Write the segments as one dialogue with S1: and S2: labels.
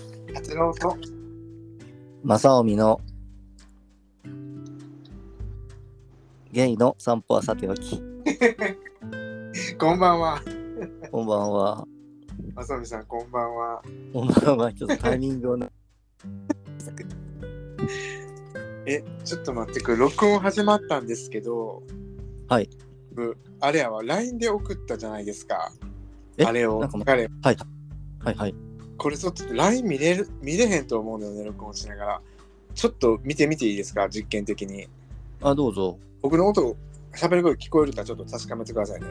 S1: うと
S2: 正臣のゲイの散歩はさておき、
S1: こんばんは
S2: こんばんは。
S1: まさみさんこんばんは
S2: こんばんは。ちょっとタイミングをな。
S1: えちょっと待ってくれ録音始まったんですけど
S2: はい
S1: ぶあれやわ LINE で送ったじゃないですか
S2: え
S1: あれを
S2: なんかも
S1: 彼
S2: はい。はいはい。
S1: これちょっと LINE 見れる見れへんと思うんだよね録音しながらちょっと見てみていいですか実験的に
S2: あ、どうぞ。
S1: 僕の音喋り声聞こえるかちょっと確かめてくださいね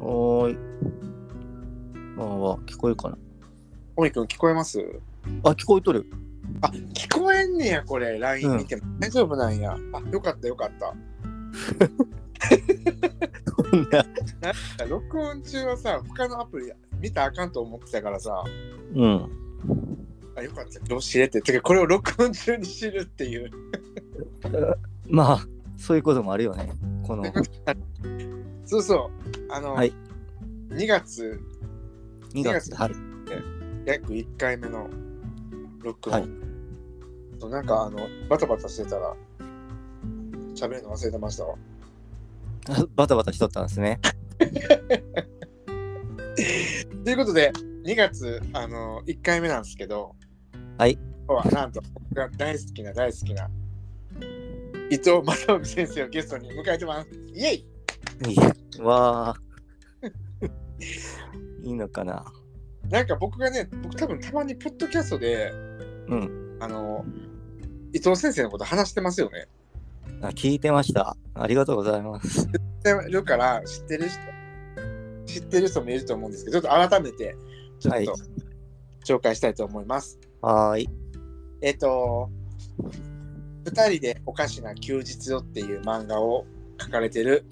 S2: おーい。こんばんは。聞こえるかな
S1: おみくん聞こえます
S2: あ、聞こえとる。
S1: あ聞こえんねやこれ LINE 見ても、大丈夫なんやあよかったよかった
S2: こんな
S1: 録音中はさ他のアプリ見たらあかんと思ってたからさ
S2: うん。
S1: あよかったどう知れててかこれを録音中に知るっていう
S2: まあ、そういうこともあるよね。この2
S1: そうそうあの、
S2: はい
S1: 2月
S2: 月春。
S1: 約1回目の録音、
S2: はい
S1: そうなんかあのバタバタしてたら喋るの忘れてましたわ
S2: バタバタしとったんですね。
S1: ということで2月あの1回目なんですけど
S2: はい
S1: 今日はなんと僕が大好きな大好きな伊藤正臣先生をゲストに迎えてますイエイ
S2: いやわあ。 いいのかな
S1: なんか僕がね僕多分たまにポッドキャストで
S2: うん。
S1: あの伊藤先生のこと話してますよね
S2: あ聞いてました。ありがとうございます。
S1: 知ってるから知ってる人知ってる人もいると思うんですけどちょっと改めてちょ
S2: は
S1: っ
S2: い
S1: と紹介したいと思います、
S2: はーい。
S1: えっと「二人でおかしな休日よ」っていう漫画を書かれてる、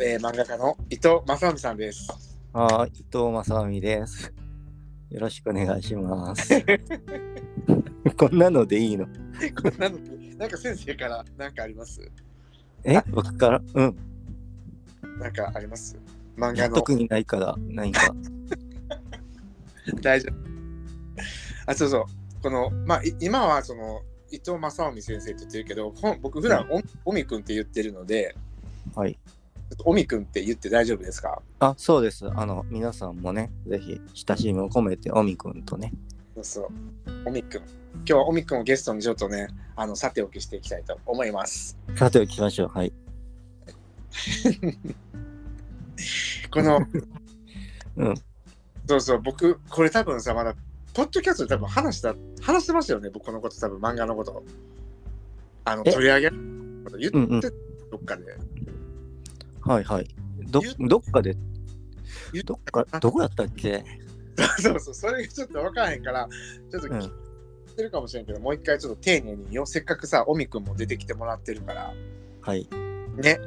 S1: えー漫画家の伊藤正臣さんです
S2: はい、伊藤正美です。よろしくお願いします。こんなのでいいの
S1: こんなのなんか先生から何かあります
S2: え僕からうん。
S1: なんかあります漫画の
S2: 特にないから、何か。
S1: 大丈夫。あ、そうそう。この、まあ、い今はその、伊藤正臣先生って言ってるけど、本僕普段お、おみくんって言ってるので、
S2: はい。
S1: ちょっとおみくんって言って大丈夫ですか
S2: あ、そうです。あの、皆さんもね、ぜひ、親しみを込めて、おみくんとね。
S1: そうそう。おみくん。今日はおみくんをゲストにちょっとね、あの、さておきしていきたいと思います。
S2: さておきましょう。はい。
S1: この、
S2: うん。
S1: そうそう、僕、これ多分さ、まだ、ポッドキャストで多分話した、話してますよね、僕このこと、多分漫画のこと。あの、
S2: え
S1: 取り上げること言って、
S2: うんうん
S1: どっかで。
S2: はいはい。ど、どっかで、どっか、どこだったっけ
S1: そうそう、それがちょっと分からへんから、ちょっと
S2: う
S1: 聞
S2: ん
S1: い。てるかもしれんけど、もう一回ちょっと丁寧によ、せっかくさ、おみくんも出てきてもらってるから、
S2: はい。
S1: ね、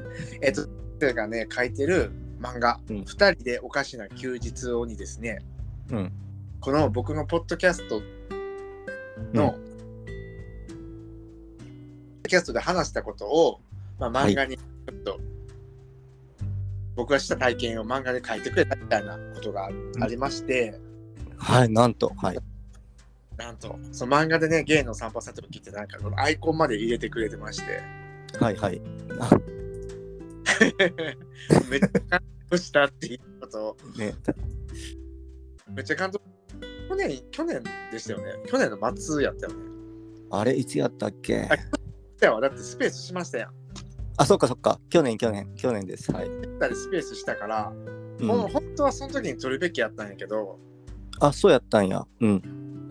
S1: えっと、先生がね、書いてる漫画、
S2: う
S1: 二
S2: ん
S1: 人でおかしな休日をにですね、
S2: うん。
S1: この僕のポッドキャストの、ポッドキャストで話したことを、まあ、漫画にちょっと、僕がした体験を漫画で書いてくれたみたいなことがありまして、
S2: はい、なんと、はい。
S1: なんと、その漫画でね、ゲイの散歩させても聞いて、なんかこのアイコンまで入れてくれてまして、
S2: はいはい。あ
S1: めっちゃ感動したっていうことを、
S2: ね、
S1: めっちゃ感動。去年、去年でしたよね。去年の末やったよね。
S2: あれ、いつやったっけ
S1: あだよだってスペースしましたやん。
S2: あ、そっかそっか。去年、去年、去年です。はい。
S1: だったりスペースしたから、
S2: う
S1: ほん、
S2: ん、
S1: 本当はその時に撮るべきやったんやけど、
S2: あ、そうやったんや。うん。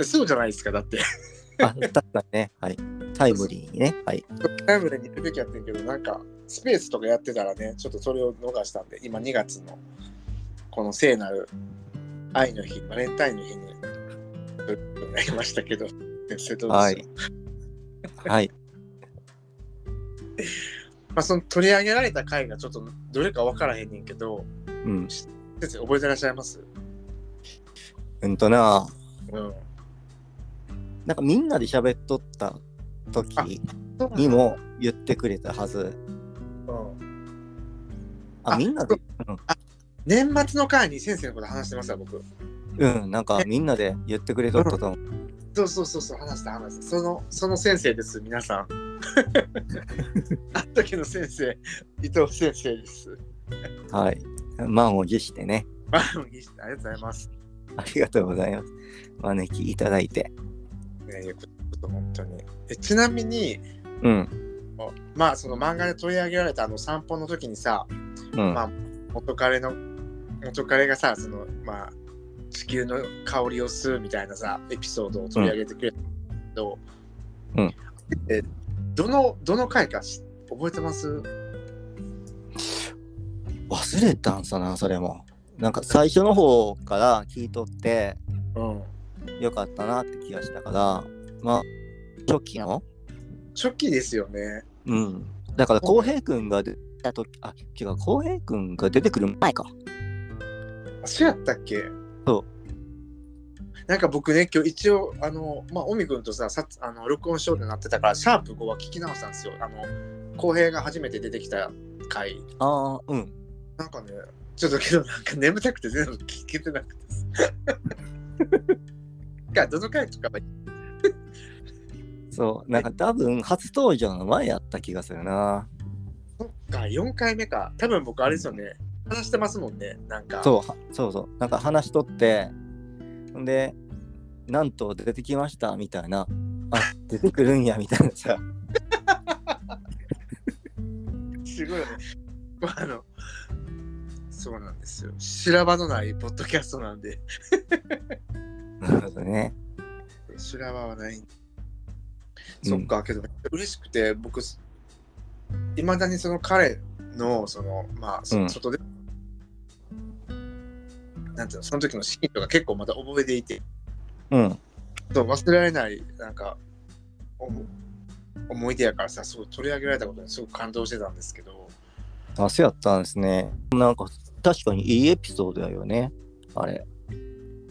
S1: そうじゃないですか、だって。
S2: あ、確かにね。はい。タイムリーにね。はい。
S1: タイムでにやるべきやってんけど、なんか、スペースとかやってたらね、ちょっとそれを逃したんで、今2月の、この聖なる愛の日、バレンタインの日に、ということになりましたけど、先生どうでしょう
S2: はい。はい。
S1: まあ、その取り上げられた回がちょっとどれか分からへんねんけど、
S2: うん。
S1: 先生覚えてらっしゃいます
S2: うんとな、
S1: うん。
S2: なんかみんなで喋っとった
S1: あ
S2: 時
S1: そう
S2: にも言ってくれたはず。
S1: うん、
S2: あ、
S1: あ
S2: みんなで、
S1: 年末の回に先生のこと話してますわ、僕。
S2: うん、うん、なんかみんなで言ってくれとったと思う。
S1: そうそうそうそう話した話したそのその先生です皆さ んあの時の先生伊藤先生です
S2: はい。満を持してね、
S1: まあいいっすありがとうございます
S2: ありがとうございます。招きいただいて。
S1: ねいやちょっと本当にえちなみに
S2: うん。
S1: まあその漫画で取り上げられたあの散歩の時にさ
S2: うん。
S1: まあ元彼の元彼がさそのまあ地球の香りを吸うみたいなさエピソードを取り上げてくれたけど、
S2: うん
S1: えどのどの回かし覚えてます
S2: 忘れたんさな、それも。なんか最初の方から聞いとって、
S1: うん
S2: よかったなって気がしたから、まあ、初期の
S1: 初期ですよね
S2: うん。だから、浩平くんが出たとき、あ、違う、浩平くんが出てくる前か。
S1: あそうやったっけ
S2: そう
S1: なんか僕ね今日一応あのまあオミ君とささあの録音しようってなってたからシャープ5は聞き直したんですよあの浩平が初めて出てきた回
S2: ああ、うん。
S1: なんかね、ちょっとけどなんか眠たくて全部聞けてなくてさ。 がどの回とかは
S2: そう。なんか多分、初登場の前やった気がするな。
S1: そっか4回目か多分僕あれですよね話してますもんねなんか
S2: そう、はそうそう。なんか話しとって、んで、なんと出てきましたみたいな。あ、出てくるんやみたいなさ。
S1: すごいよ ねまああのそうなんですよ修羅場のないポッドキャストなんで
S2: なるほどね。
S1: 修羅場はない、
S2: うん
S1: そっかけど嬉しくて僕いまだにその彼のそのまあ、そ
S2: うん
S1: 外でなんていうのその時のシーンとか結構また覚えていて
S2: うん。
S1: そう忘れられないなんかおも思い出やからさすごい取り上げられたことにすごく感動してたんですけど
S2: あ、そうやったんですね。なんか、確かにいいエピソードやよね。あれ。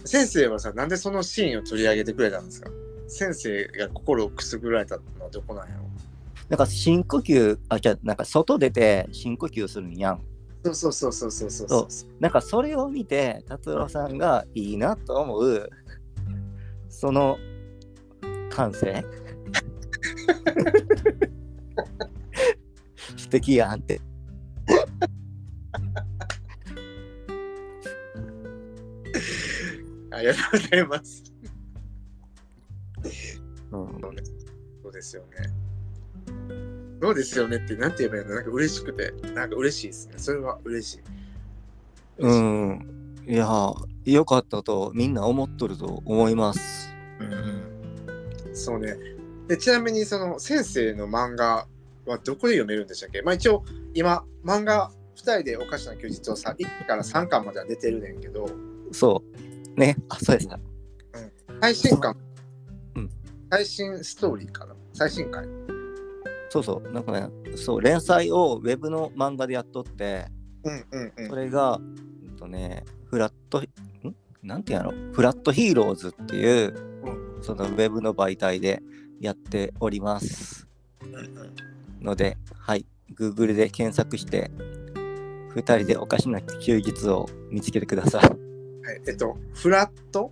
S1: 先生はさなんでそのシーンを取り上げてくれたんですか先生が心をくすぐられたのはどこなんやろ
S2: なんか深呼吸、あ、じゃあなんか外出て深呼吸するんやん。
S1: そうそうそうそうそうそうそう
S2: なんかそれを見て達郎さんがいいなと思うその感性 素敵やんって
S1: ありがとうございます
S2: うん
S1: そうですよねそうですよねってなんて言えばいいのなんか嬉しくてなんか嬉しいですねそれは嬉しい、
S2: うん、いやよかったとみんな思っとると思います
S1: うんうんそうねでちなみにその先生の漫画はどこで読めるんでしたっけまあ一応今漫画2人でおかしな休日をさ1から3巻までは出てるねんけど
S2: そうねあそうですね
S1: 最新巻、
S2: うん
S1: 最新ストーリーかな最新回
S2: そうそうなんかねそう連載をウェブの漫画でやっとって
S1: うんうんう
S2: そ
S1: ん
S2: れがうんとねフラットんなんていうんやろフラットヒーローズっていうそのウェブの媒体でやっております
S1: うんうん
S2: ので、はい、Google で検索して、2人でおかしな休日を見つけてください。
S1: はいえっとフラット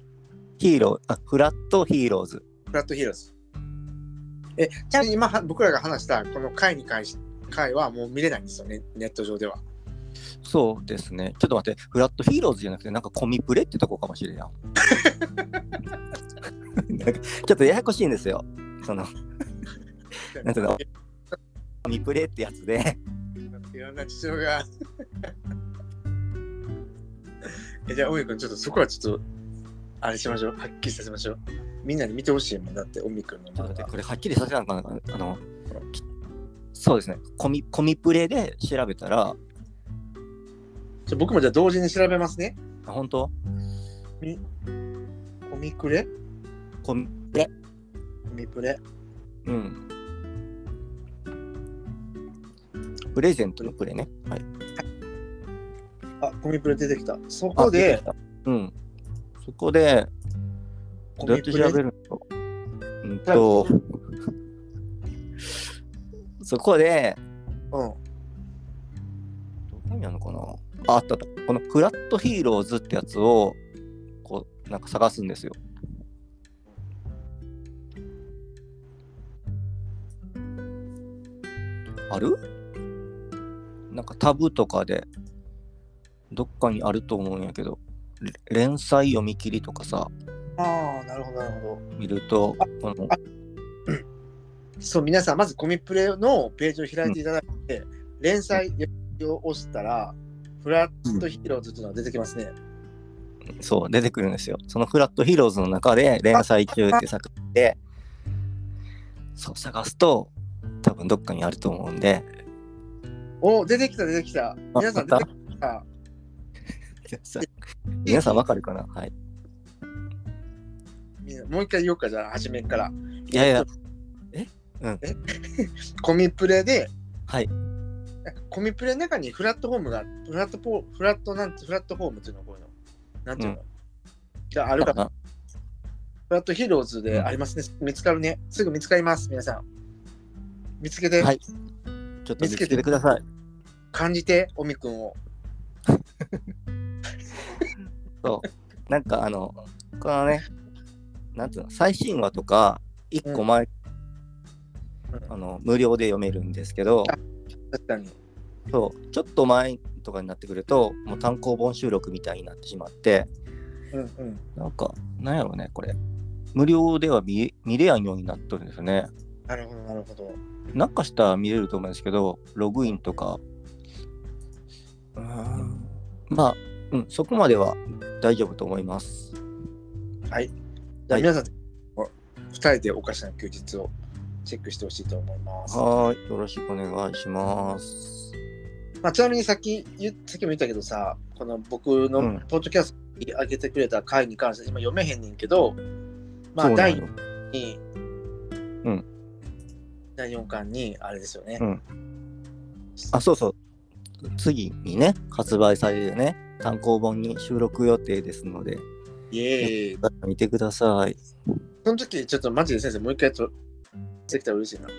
S2: ヒーロー、あ、フラットヒーローズ。
S1: フラットヒーローズ。え、ちなみに今は僕らが話したこの回に関し回はもう見れないんですよね、ネット上では。
S2: そうですね。ちょっと待って、フラットヒーローズじゃなくて、なんかコミプレってとこかもしれんやん。 なんかちょっとややこしいんですよ。その、なんていうのコミプレってやつで、
S1: いろんな事情が。 えじゃあ、オミ君、ちょっとそこはちょっと、あれしましょう。はっきりさせましょう。みんなに見てほしいもんだって、オミ君の
S2: ちょっと
S1: 漫
S2: 待っ
S1: 画
S2: て、これはっきりさせなあかんのかな。あの、きそうですね。コミ、コミプレで調べたら、
S1: ちょ僕もじゃあ同時に調べますね。
S2: あ本当
S1: コミクレ
S2: コミ、
S1: コミプレ
S2: うん。プレゼントのプレね。はい。
S1: あ、コミプレ出てきた。そ
S2: あ
S1: こで、、
S2: うん。そこで、
S1: コ
S2: どう
S1: ミ
S2: やって
S1: プ
S2: 調
S1: レ
S2: べるのうんと、 そこで、
S1: うん。
S2: どこにあるのかなあ、あったあった。このフラットヒーローズってやつを、こう、なんか探すんですよ。あるなんかタブとかで、どっかにあると思うんやけど、れ連載読み切りとかさ、
S1: ああ、なるほど、なるほ
S2: 見ると、この
S1: ど。そう、皆さん、まずコミプレのページを開いていただいて、連載を押したら、フラットヒーローズというのが出てきますね。
S2: そう、出てくるんですよ。そのフラットヒーローズの中で連載中って作品で、そう探すと、多分どっかにあると思うん で、
S1: お、出てきた、出てきた。
S2: あ
S1: 皆さん、出
S2: ま
S1: て
S2: た
S1: きた。
S2: 皆さん皆さんわかるかなはい。
S1: みんなもう一回言おうか、じゃあ、初めから。
S2: いやいや、
S1: コミプレで、
S2: はい。
S1: コミプレの中にフラットフォームが、フラットフォー、フラットなんて、フラットフォームっていうのこういうの。なんていうの、じゃあ、あるかな。
S2: あ
S1: フラットヒーローズでありますね。見つかるね。すぐ見つかります、皆さん。見つけて、
S2: はいちょっと見つけてください。
S1: 感じて、おみくんを。
S2: そう。なんかあの、このね、なんていうの、最新話とか、一個前、
S1: うん
S2: あの無料で読めるんですけど、
S1: 確かに。
S2: そう、ちょっと前とかになってくると、もう単行本収録みたいになってしまって、
S1: うんうん。
S2: なんか、なんやろうね、これ。無料では見見れやんようになっとるんですよね。
S1: なるほど、なるほど。
S2: なんかしたら見れると思うんですけど、ログインとか、まあ、うん、そこまでは大丈夫と思います。
S1: はい。じゃあ、
S2: はい
S1: 皆さん、お二人でおかしな休日をチェックしてほしいと思います。
S2: はーい、よろしくお願いします。
S1: まあ、ちなみにさっき言っ、さっきも言ったけどさ、この僕の
S2: うん
S1: ポッドキャストに上げてくれた回に関して今読めへんねんけど、まあ、
S2: そうなんよ
S1: 第4に、
S2: うん
S1: 第4巻に、あれですよね。
S2: うんあ、そうそう。次にね、発売されるね、単行本に収録予定ですので、
S1: イエーイ。
S2: 見てください。
S1: その時、ちょっとマジで先生、もう一回と、できたら嬉しいな。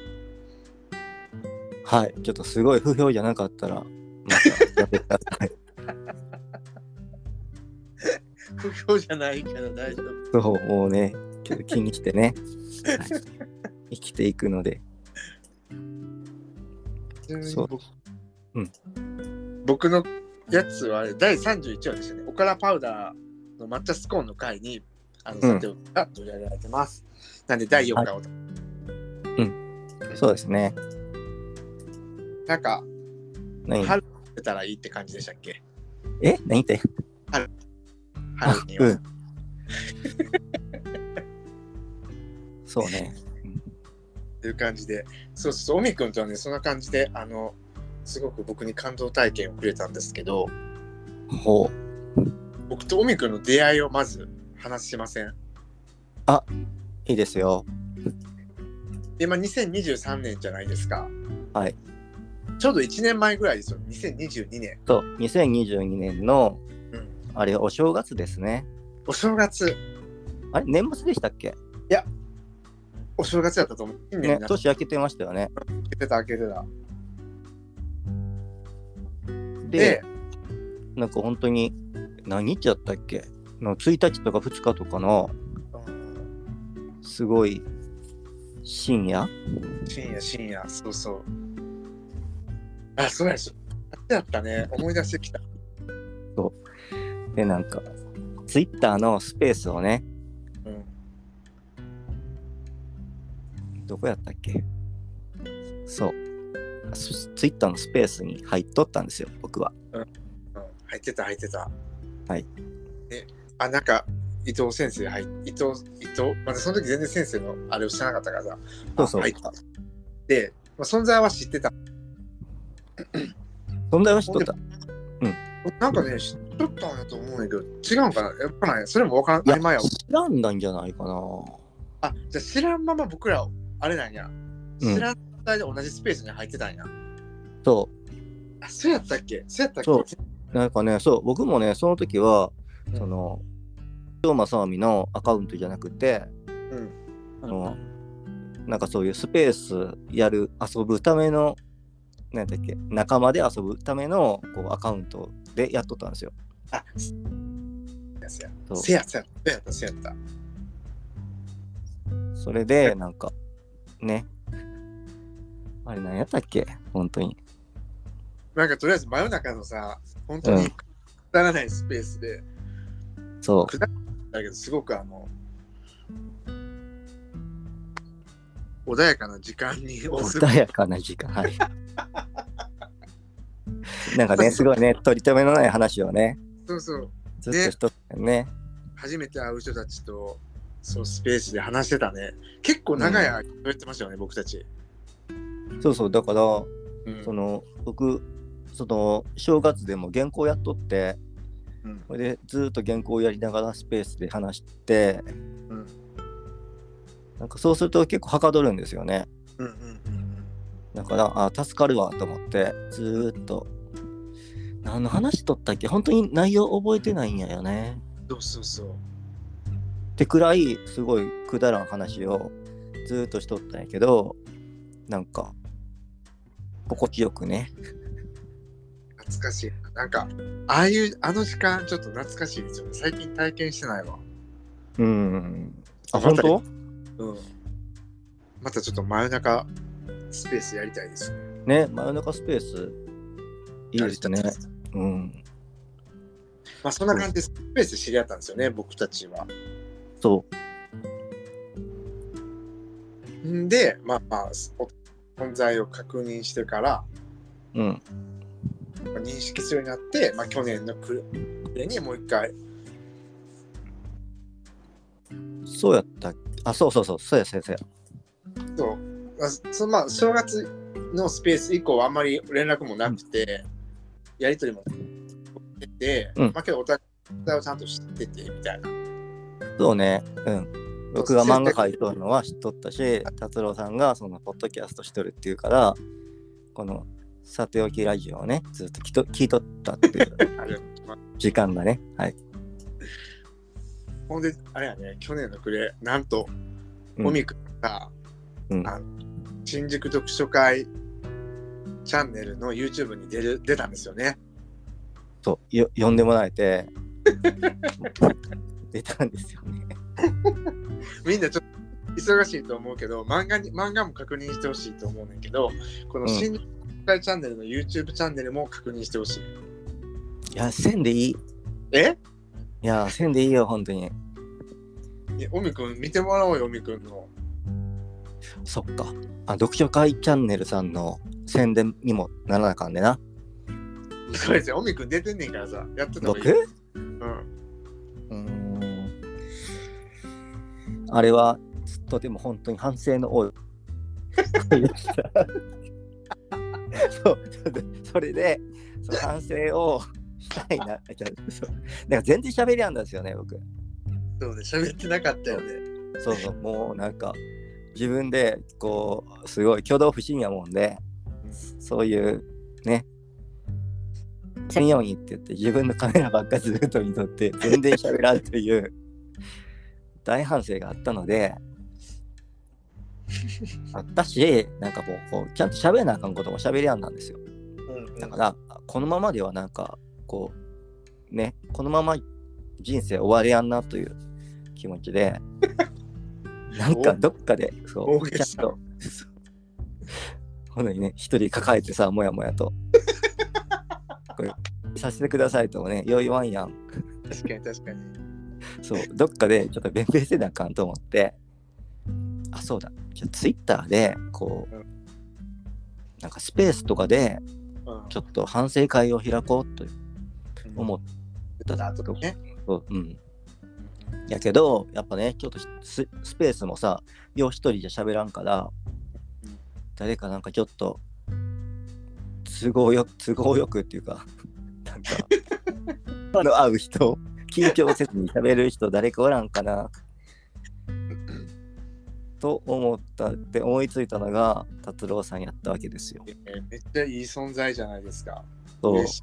S2: はい、ちょっとすごい不評じゃなかったら、またやってください。
S1: 不評じゃないから大丈夫。
S2: そう、もうね、ちょっと気にしてね、はい生きていくので、
S1: ちなみに
S2: そう
S1: 僕
S2: うん
S1: 僕のやつはあれ第31話でしたね。おからパウダーの抹茶スコーンの回に、あの、
S2: ん
S1: 佐藤が取り上げられてます。なんで第4回を、
S2: そうですね。
S1: なんか、
S2: 何
S1: 春出たらいいって感じでしたっけ
S2: え何言って
S1: 春に
S2: う
S1: は
S2: ん。そうね。
S1: という感じで、そうそう、みくんとはね、そんな感じで、あの、すごく僕に感動体験をくれたんですけど、
S2: ほう。
S1: 僕とみくんの出会いをまず話しません。
S2: いいですよ。
S1: で、まあ、2023年じゃないですか。
S2: はい。
S1: ちょうど1年前ぐらいですよ、2022年。
S2: と、2022年の、
S1: うん
S2: あれ、お正月ですね。
S1: お正月、
S2: あれ、年末でしたっけ
S1: お正月だったと思う。新年
S2: ね
S1: に、なって
S2: 年明けてましたよね。
S1: てた、明けてた。
S2: で
S1: で、、
S2: なんか本当に何日だったっけの ?1 日とか2日とかの
S1: うん
S2: すごい深夜
S1: 深夜、深夜、そうそう。あ、そうやでしょ。あってだった ね。思い出してきた。
S2: でなんか Twitter のスペースをね、
S1: うん
S2: どこやったっけそう。ス Twitter のスペースに入っとったんですよ、僕は。
S1: うん、入ってた、入ってた。
S2: はい。
S1: で、あ、なんか、伊藤先生入っ、伊藤、伊藤、まだその時全然先生のあれを知らなかったからさ。
S2: そうそう
S1: あ入ったで、まあ、存在は知ってた。
S2: 存在は知っとった。
S1: なんかね、知っとったんやと思うんやけど、違うんかなやっぱね、それもわからん、曖昧やわ
S2: 知らんだんじゃないかな。
S1: あ、じゃあ知らんまま僕ら、あれなんや。知らん状態で同じスペースに入ってたんや。
S2: そ
S1: あ、そうやったっけそうやったっけ
S2: そうう。なんかね、そう、僕もね、その時は、
S1: うん
S2: その、龍馬さみのアカウントじゃなくて、
S1: うん。
S2: あの、なんかそういうスペースやる、遊ぶための、なんだっけ、仲間で遊ぶためのこうアカウントでやっとったんですよ。
S1: あ、すせや
S2: そう
S1: せやせやせやったせやった。
S2: それで、なんか、ね、あれ何やったっけ本当に。
S1: なんかとりあえず真夜中のさ、本当
S2: うん
S1: にくだらないスペースで、
S2: そ
S1: だけどすごくあの、穏やかな時間に
S2: う。
S1: おす
S2: 穏やかな時間。 はい。なんかね、すごいね、取り留めのない話をね、
S1: そうそう、
S2: ずっと一つね。
S1: 初めて会う人たちと、そうスペースで話してたね。結構長い間やってましたよね、僕たち。
S2: そうそう、だから、
S1: うん
S2: その、僕、その、正月でも原稿やっとって、
S1: うん
S2: それでずっと原稿やりながらスペースで話して、
S1: うん
S2: なんかそうすると結構はかどるんですよね。
S1: うんうんうん
S2: だから、あ、助かるわと思って、ずーっと。何の話しとったっけ本当に内容覚えてないんやよね。
S1: うん。そうそうそう。
S2: ってくらい、すごいくだらん話をずーっとしとったんやけど、なんか、心地よくね。
S1: 懐かしいな。なんか、ああいう、あの時間、ちょっと懐かしいですよね。最近体験してないわ。
S2: うん。あ、
S1: ま
S2: 本
S1: た
S2: 当
S1: うん。またちょっと真夜中スペースやりたいですね。
S2: ね、真夜中スペース、いいですね
S1: やりた。い
S2: うん。
S1: まあ、そんな感じでスペースで知り合ったんですよね、僕たちは。
S2: そう。
S1: んで、まあまあ、お存在を確認してから、
S2: うん。
S1: まあ認識するようになって、まあ、去年の暮れにもう一回、
S2: そうやったっけあ、そうそうそう、そうや、先生。
S1: そう、まあそまあ、正月のスペース以降はあんまり連絡もなくて、やりとりもなくてて、
S2: うん
S1: まあけどお互いをちゃんと知っててみたいな。
S2: そうね、うん。僕が漫画描いとるのは知っとったし、達郎さんがそのポッドキャストしとるっていうから、このさておきラジオをね、ずっと聞いと聞いとったっていう
S1: あれまあ
S2: 時間 がね、はい。
S1: ほんで、あれやね、去年の暮れ、なんと、
S2: うん
S1: おみくんが、
S2: うん
S1: あ新宿読書会チャンネルの YouTube に出る出たんですよね。
S2: そう、よ呼んでもらえて、 出たんですよね。
S1: みんなちょっと忙しいと思うけど、漫画に漫画も確認してほしいと思うねんけど、この
S2: うん
S1: 新宿読書会チャンネルの YouTube チャンネルも確認してほしい。
S2: いや、せんでいい。
S1: え
S2: いや、せんでいいよ、本当に。
S1: いやおみくん、見てもらおうよ、おみくんの。
S2: そっか。あ、読書会チャンネルさんの宣伝にもならなあかんでな。
S1: そうですよ、おみくん出てんねんからさ、やってた方がいい
S2: 僕
S1: よ。うん。
S2: うーんあれはとても本当に反省の多い そうそれでその反省をしたいな じゃあそうなんか全然喋りやんだんですよね僕
S1: そうね、喋ってなかったよね。
S2: そうそうもうなんか自分でこうすごい挙動不審やもんでそういうね専用にって言って自分のカメラばっかずっと見とって全然喋らんという大反省があったのであったしなんかもうこうちゃんと喋らなあかんことも喋りやんなんですよ
S1: うんうん
S2: だからこのままではなんかこうねこのまま人生終わりやんなという気持ち でなんかどっかでそ
S1: 大
S2: う
S1: げ
S2: ちゃん
S1: さ
S2: とそうほんのにね一人抱えてさもやも やとこれさせてくださいともねよいわんやん
S1: 確かに確かに。
S2: そうどっかでちょっと弁明せなあかんと思ってあそうだじゃツイッターでこう
S1: うん
S2: なんかスペースとかで
S1: うん
S2: ちょっと反省会を開こうと思っ
S1: っただとかね。
S2: そううん。やけど、やっぱね、ちょっとススペースもさ、よう一人じゃ喋らんから
S1: うん、
S2: 誰かなんかちょっと、都合よ都合よくっていうか、 なんか、今の会う人、緊張せずに喋る人、誰かおらんかな。と思ったって思いついたのが達郎さんやったわけですよ。
S1: えーめっちゃいい存在じゃないですか。
S2: そう
S1: 嬉しい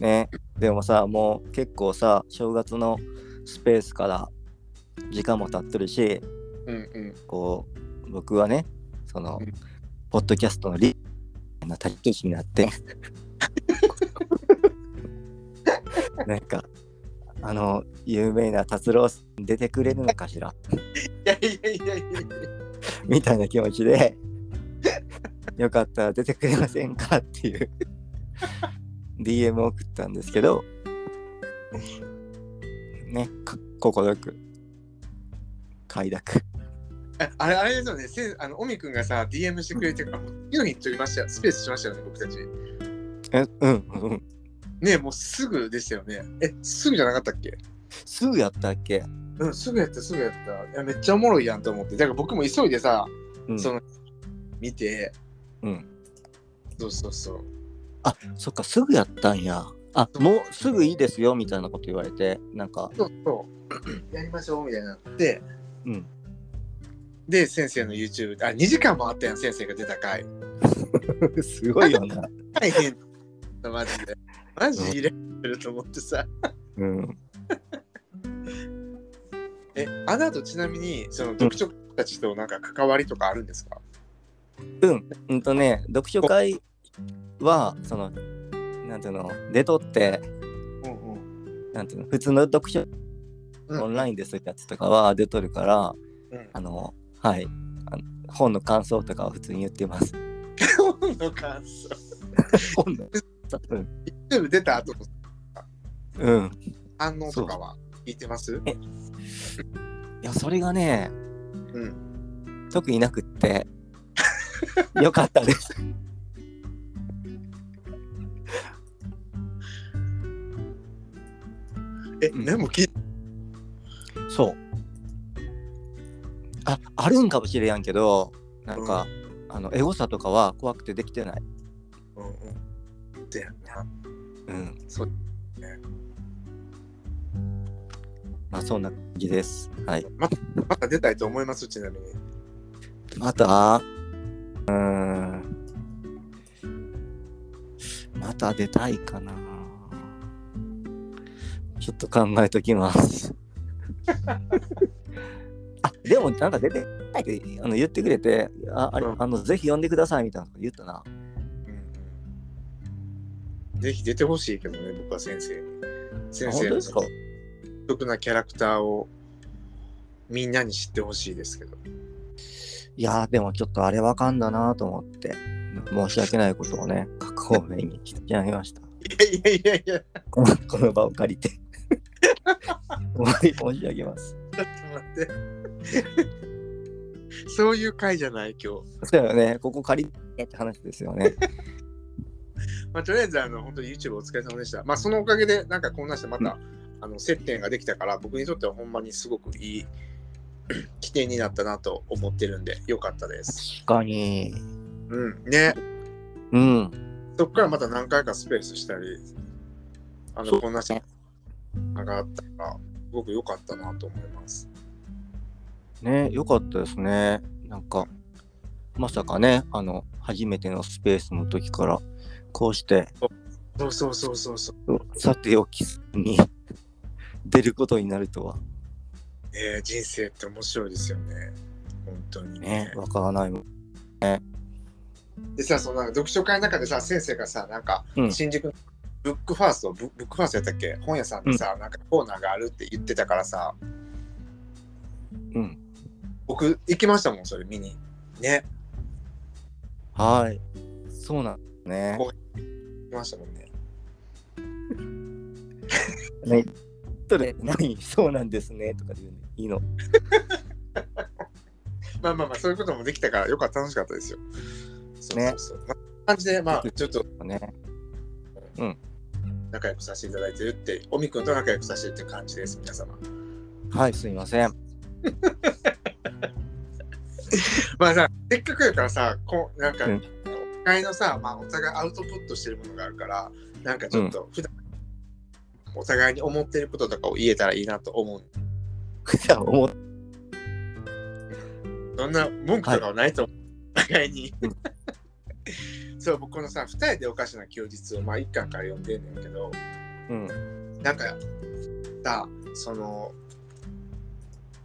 S2: ねでもさもう結構さ正月のスペースから時間も経ってるし
S1: うんうん。
S2: こう僕はねその、
S1: うん
S2: ポッドキャストのリの立ち位置になって なんかあの有名な達郎さん出てくれるのかしら
S1: いやいやいやいやいや。
S2: みたいな気持ちで よかったら出てくれませんかっていう DM を送ったんですけど、ね、か快く、快諾。
S1: ああれ、あれですよね、せあのオミ君がさ、DM してくれてから、もう次の日に撮りましたよ、スペースしましたよね、僕たち。
S2: えうんうん。
S1: ねもうすぐでしたよね。え、すぐじゃなかったっけ
S2: すぐやったっけ、
S1: うん、すぐやった、すぐやった。いや、めっちゃおもろいやんと思って、だから僕も急いでさ、
S2: うん、
S1: その、見て、
S2: うん。
S1: そうそうそう。
S2: あそっか、すぐやったんや。あもうすぐいいですよみたいなこと言われて、なんか、
S1: そうそう。や りましょうみたいになって、
S2: うん。
S1: で、先生の YouTube、あ、2時間もあったやん、先生が出た回。
S2: すごいよな。
S1: 大変 だ、マジで。マジ入れてると思ってさ。
S2: うん。
S1: え、あなたちなみに、その、読書たちとなんか関わりとかあるんですか
S2: うん。うんとね、読書会は、その、なんていうの、出とって、
S1: うんうん。
S2: なんていうの、普通の読書、
S1: うん
S2: オンラインでするやつとかは出とるから、
S1: うん
S2: あの、はい。あの本の感想とかは普通に言ってます。
S1: 本の感想。
S2: 本のうん。
S1: YouTube 出た後の
S2: うん。
S1: 反応とかは聞いてます
S2: えいや、それがね、
S1: うん。
S2: 特になく って、よかったです。
S1: え、
S2: うん
S1: でも聞い
S2: そう。あ、あるんかもしれやんけど、なんか、あの、エゴサとかは怖くてできてない。
S1: うんうん。だよな。
S2: うん。
S1: そう。
S2: まあ、そんな感じです。はい。
S1: また出たいと思います、ちなみに。
S2: また、うーん。また出たいかな。ちょっと考えとき ます。あ、でもなんか出てないってあの言ってくれて、ああれ
S1: うん
S2: あのぜひ呼んでくださいみたいなこと言ったな。
S1: うんうんぜひ出てほしいけどね、僕は先生に。
S2: あ
S1: 先
S2: 本
S1: 生
S2: 当
S1: の
S2: ですか
S1: 独特なキャラクターをみんなに知ってほしいですけど。
S2: いやーでもちょっとあれわかんだなと思って、申し訳ないことをね、各方面にしてやりま した。
S1: いやいやいやいや、ち
S2: このこの場を借り て。お詫び申し上げます。
S1: ょっと待って。 そういう回じゃない、今日。
S2: そうだよね、ここ借りてって話ですよね。
S1: まあ、とりあえず、あの、本当に YouTube お疲れ様でした。まあ、そのおかげで、なんかこんなしてまた、あの、接点ができたから、僕にとってはほんまにすごくいい 起点になったなと思ってるんで、よかったです。
S2: 確かに。
S1: うん。ね。
S2: うん。
S1: そこからまた何回かスペースしたり、あ
S2: そ
S1: の、
S2: う
S1: こんな人があったから、すごく良かったなと思います。
S2: ね、よかったですね。なんか、まさかね、あの、初めてのスペースの時から、こうして、
S1: そうそうそうそうそう。
S2: さておきに出ることになるとは、
S1: えー人生って面白いですよね。本当に
S2: ね、わからないもん。
S1: でさ、そのなんか読書会の中でさ、先生がさ、なんか、
S2: うん
S1: 新宿のブックファースト、ブブックファーストやったっけ本屋さんでさ、なんかコーナーがあるって言ってたからさ、
S2: うん。
S1: 僕行きましたもん、それ見に。ね、
S2: はい。そうなんですね。
S1: 行きましたもんね。
S2: ね、それ、何そうなんですね。とか言うのいいの。
S1: まあまあまあ、そういうこともできたから、よかった、楽しかったですよ。そう
S2: ね
S1: そうそう。まあ感じで、まあ、ちょっと、
S2: ね。
S1: 仲良くさせていただいてるって、おみくんと仲良くさせてるって感じです、皆様。
S2: はい、すいません。
S1: まあさ、せっかくやからさ、こうなんか、
S2: うん
S1: お互いのさ、まあ、お互いアウトプットしてるものがあるから、なんかちょっと、普段、お互いに思ってることとかを言えたらいいなと思う。
S2: じゃあ、思っ
S1: そんな文句とかはないと思う、お互いに。 そう、僕このさ、二人でおかしな休日を、まあ、一巻から読んでんねんけど、
S2: うん。
S1: なんかさその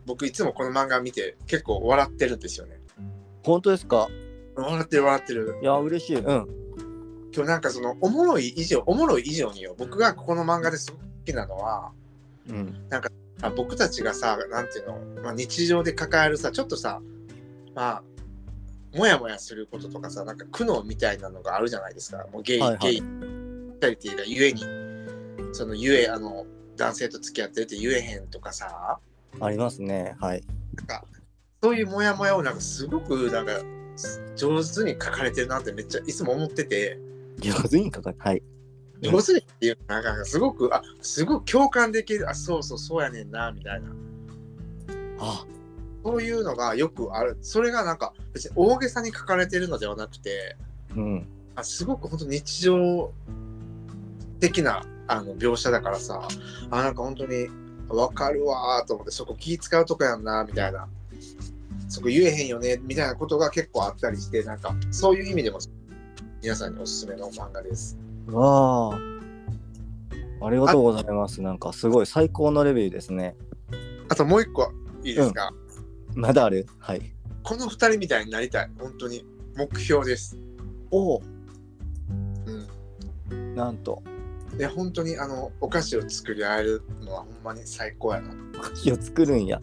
S1: 僕いつもこの漫画見て結構笑ってるんですよね
S2: 本当ですか
S1: 笑ってる笑ってる
S2: いや、嬉しい。うん。
S1: 今日なんかそのおもろい以上おもろい以上によ僕がここの漫画ですごく好きなのは
S2: うん。
S1: あ僕たちがさなんていうの、まあ、日常で抱えるさちょっとさまあモヤモヤすることとかさなんか苦悩みたいなのがあるじゃないですかもうゲイ、
S2: はいはい
S1: ゲイチャリティがゆえにそのゆえあの男性と付き合ってるって言えへんとかさ
S2: ありますね。はい。
S1: なんかそういうモヤモヤをなんかすごくなんかす上手に書かれてるなってめっちゃいつも思ってて
S2: 上手にかかる。はい。うん
S1: 上手にっていうかなんかすごくあすごく共感できるあそうそうそうやねんなみたいな
S2: あ、
S1: そういうのがよくあるそれがなんか別に大げさに書かれてるのではなくて
S2: うん。
S1: あすごく本当日常的なあの描写だからさあなんか本当に分かるわーと思ってそこ気使うとこやんなみたいなそこ言えへんよねみたいなことが結構あったりしてなんかそういう意味でも皆さんにおすすめの漫画です。
S2: わあ。ありがとうございます。なんかすごい最高のレビューですね。
S1: あともう一個いいですか、
S2: まだあるはい。
S1: この2人みたいになりたい本当に目標です。
S2: おお。
S1: うん
S2: なんと、
S1: で本当にあのお菓子を作り合えるのはほんまに最高やな。
S2: お菓子を作るんや。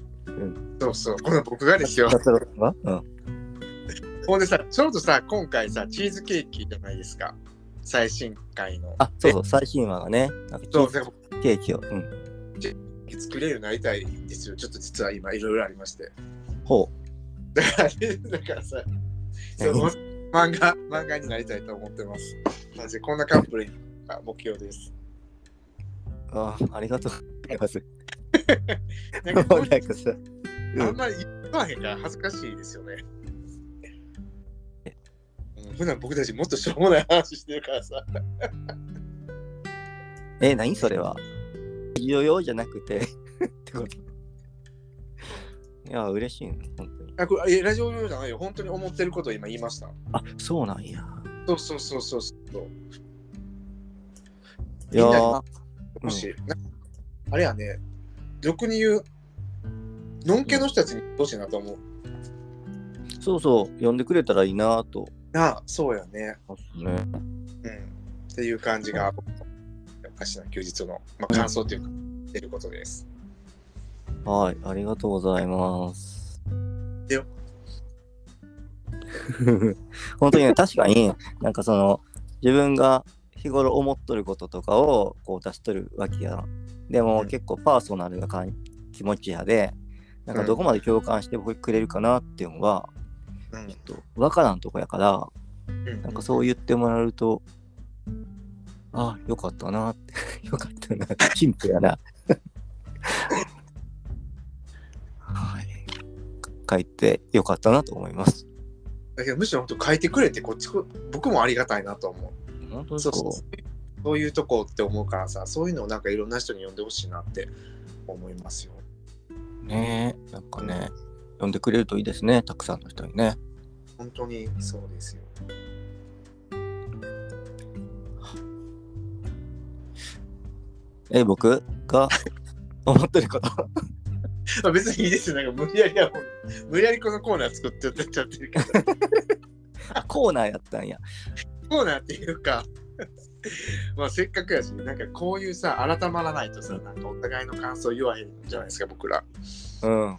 S1: そうそう、この僕がですよ。
S2: 達郎さんがうん。
S1: ほんでさ、ちょうどさ、今回さ、チーズケーキじゃないですか。最新回の。
S2: あ、そうそう、最新話がね、なんか
S1: そう、だか
S2: ケーキを。うん。
S1: ら作れるようになりたいんですよ。ちょっと実は今いろいろありま して。
S2: ほ
S1: だから、だからさ、そう
S2: 何
S1: 漫画、漫画になりたいと思ってます。マジでこんなカップルが目標です。
S2: う。ああ、ありがとうございます。
S1: なんか こう
S2: ないん
S1: う
S2: かさ、うん
S1: あんまり言わへんから恥ずかしいですよね。うん普段僕たちもっとしょうもない話してるからさ。
S2: え、何それはヨヨじゃなくてってこと。いや、嬉しいね、本当に。
S1: あこれえラジオ用じゃないよ。本当に思ってることを今言いました。
S2: あ、そうなんや。
S1: そうそうそうそうそう。
S2: いや
S1: みん
S2: ー
S1: な、もし、なあれやね、俗に言う、のんけの人たちにどうしいなと思う。
S2: そうそう、呼んでくれたらいいなぁと。
S1: なあ、そうやね。
S2: ね、
S1: うん。っていう感じが、僕のおかしな休日の、まあ、感想というか、出ることです。
S2: はい、ありがとうございます。
S1: でよ
S2: 本当にね、確かに、なんかその、自分が日頃思っとることとかをこう出しとるわけやな。でも、
S1: うん
S2: 結構パーソナルな感気持ちやで、なんかどこまで共感してくれるかなっていうのは、
S1: うん
S2: ちょっと分からんとこやから、
S1: うん
S2: なんかそう言ってもらえると、ああ、よかったなって、 よかったな、シンプルやな。はい。書いてよかったなと思います。
S1: だけど、むしろ本当書いてくれて、こっちこ、僕もありがたいなと思う。
S2: 本当
S1: そう
S2: そ
S1: そうそうそういうとこって思うからさ、そういうのをなんかいろんな人に読んでほしいなって思いますよ。
S2: う。ねえ、なんかね、読んでくれるといいですね、たくさんの人にね。
S1: 本当にそうですよ。
S2: え、僕 が思ってること。
S1: まあ、別にいいですよ。なんか無理やりやもう、無理やりこのコーナー作ってやっちゃってるけど、
S2: あコーナーやったんや。
S1: コーナーっていうか、 まあせっかくやし、なんかこういうさ、改まらないとさ、なんかお互いの感想言わへんじゃないですか、僕ら。
S2: うん。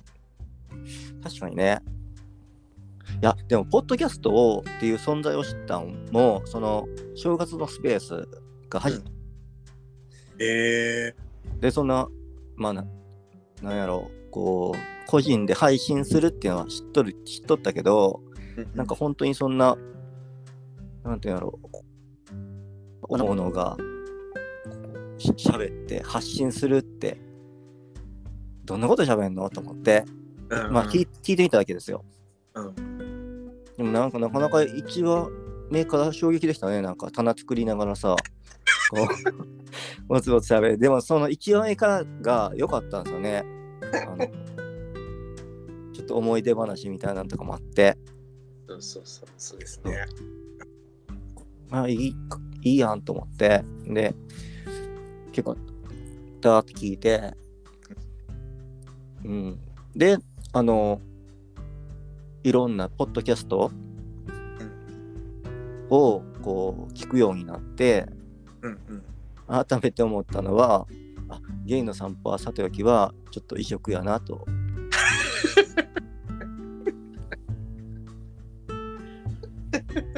S2: 確かにね。いや、でも、ポッドキャストをっていう存在を知ったのも、その、正月のスペースが始めて、
S1: え
S2: で、そんな、まあな、なんやろう、こう、個人で配信するっていうのは知っとる、知っとったけど、
S1: え
S2: なんか本当にそんな、なんていうんやろう、おのおのがし喋って発信するって、どんなこと喋んのと思って、まあ、聞い聞いてみたわけですよ。
S1: う
S2: でもなんかなかなか一話目から衝撃でしたね。なんか棚作りながらさ、こう、 もつもつ喋る。でもその一話目からが良かったんですよね。あのちょっと思い出話みたいなのとかもあって、
S1: そうそうそう、そうですね。
S2: まあいいかいいやんと思って、で、結構、だーって聞いて、うん。で、あの、いろんなポッドキャストをこう聞くようになって、
S1: うんうん。
S2: 改めて思ったのはあゲイの散歩はさておきはちょっと異色 やなと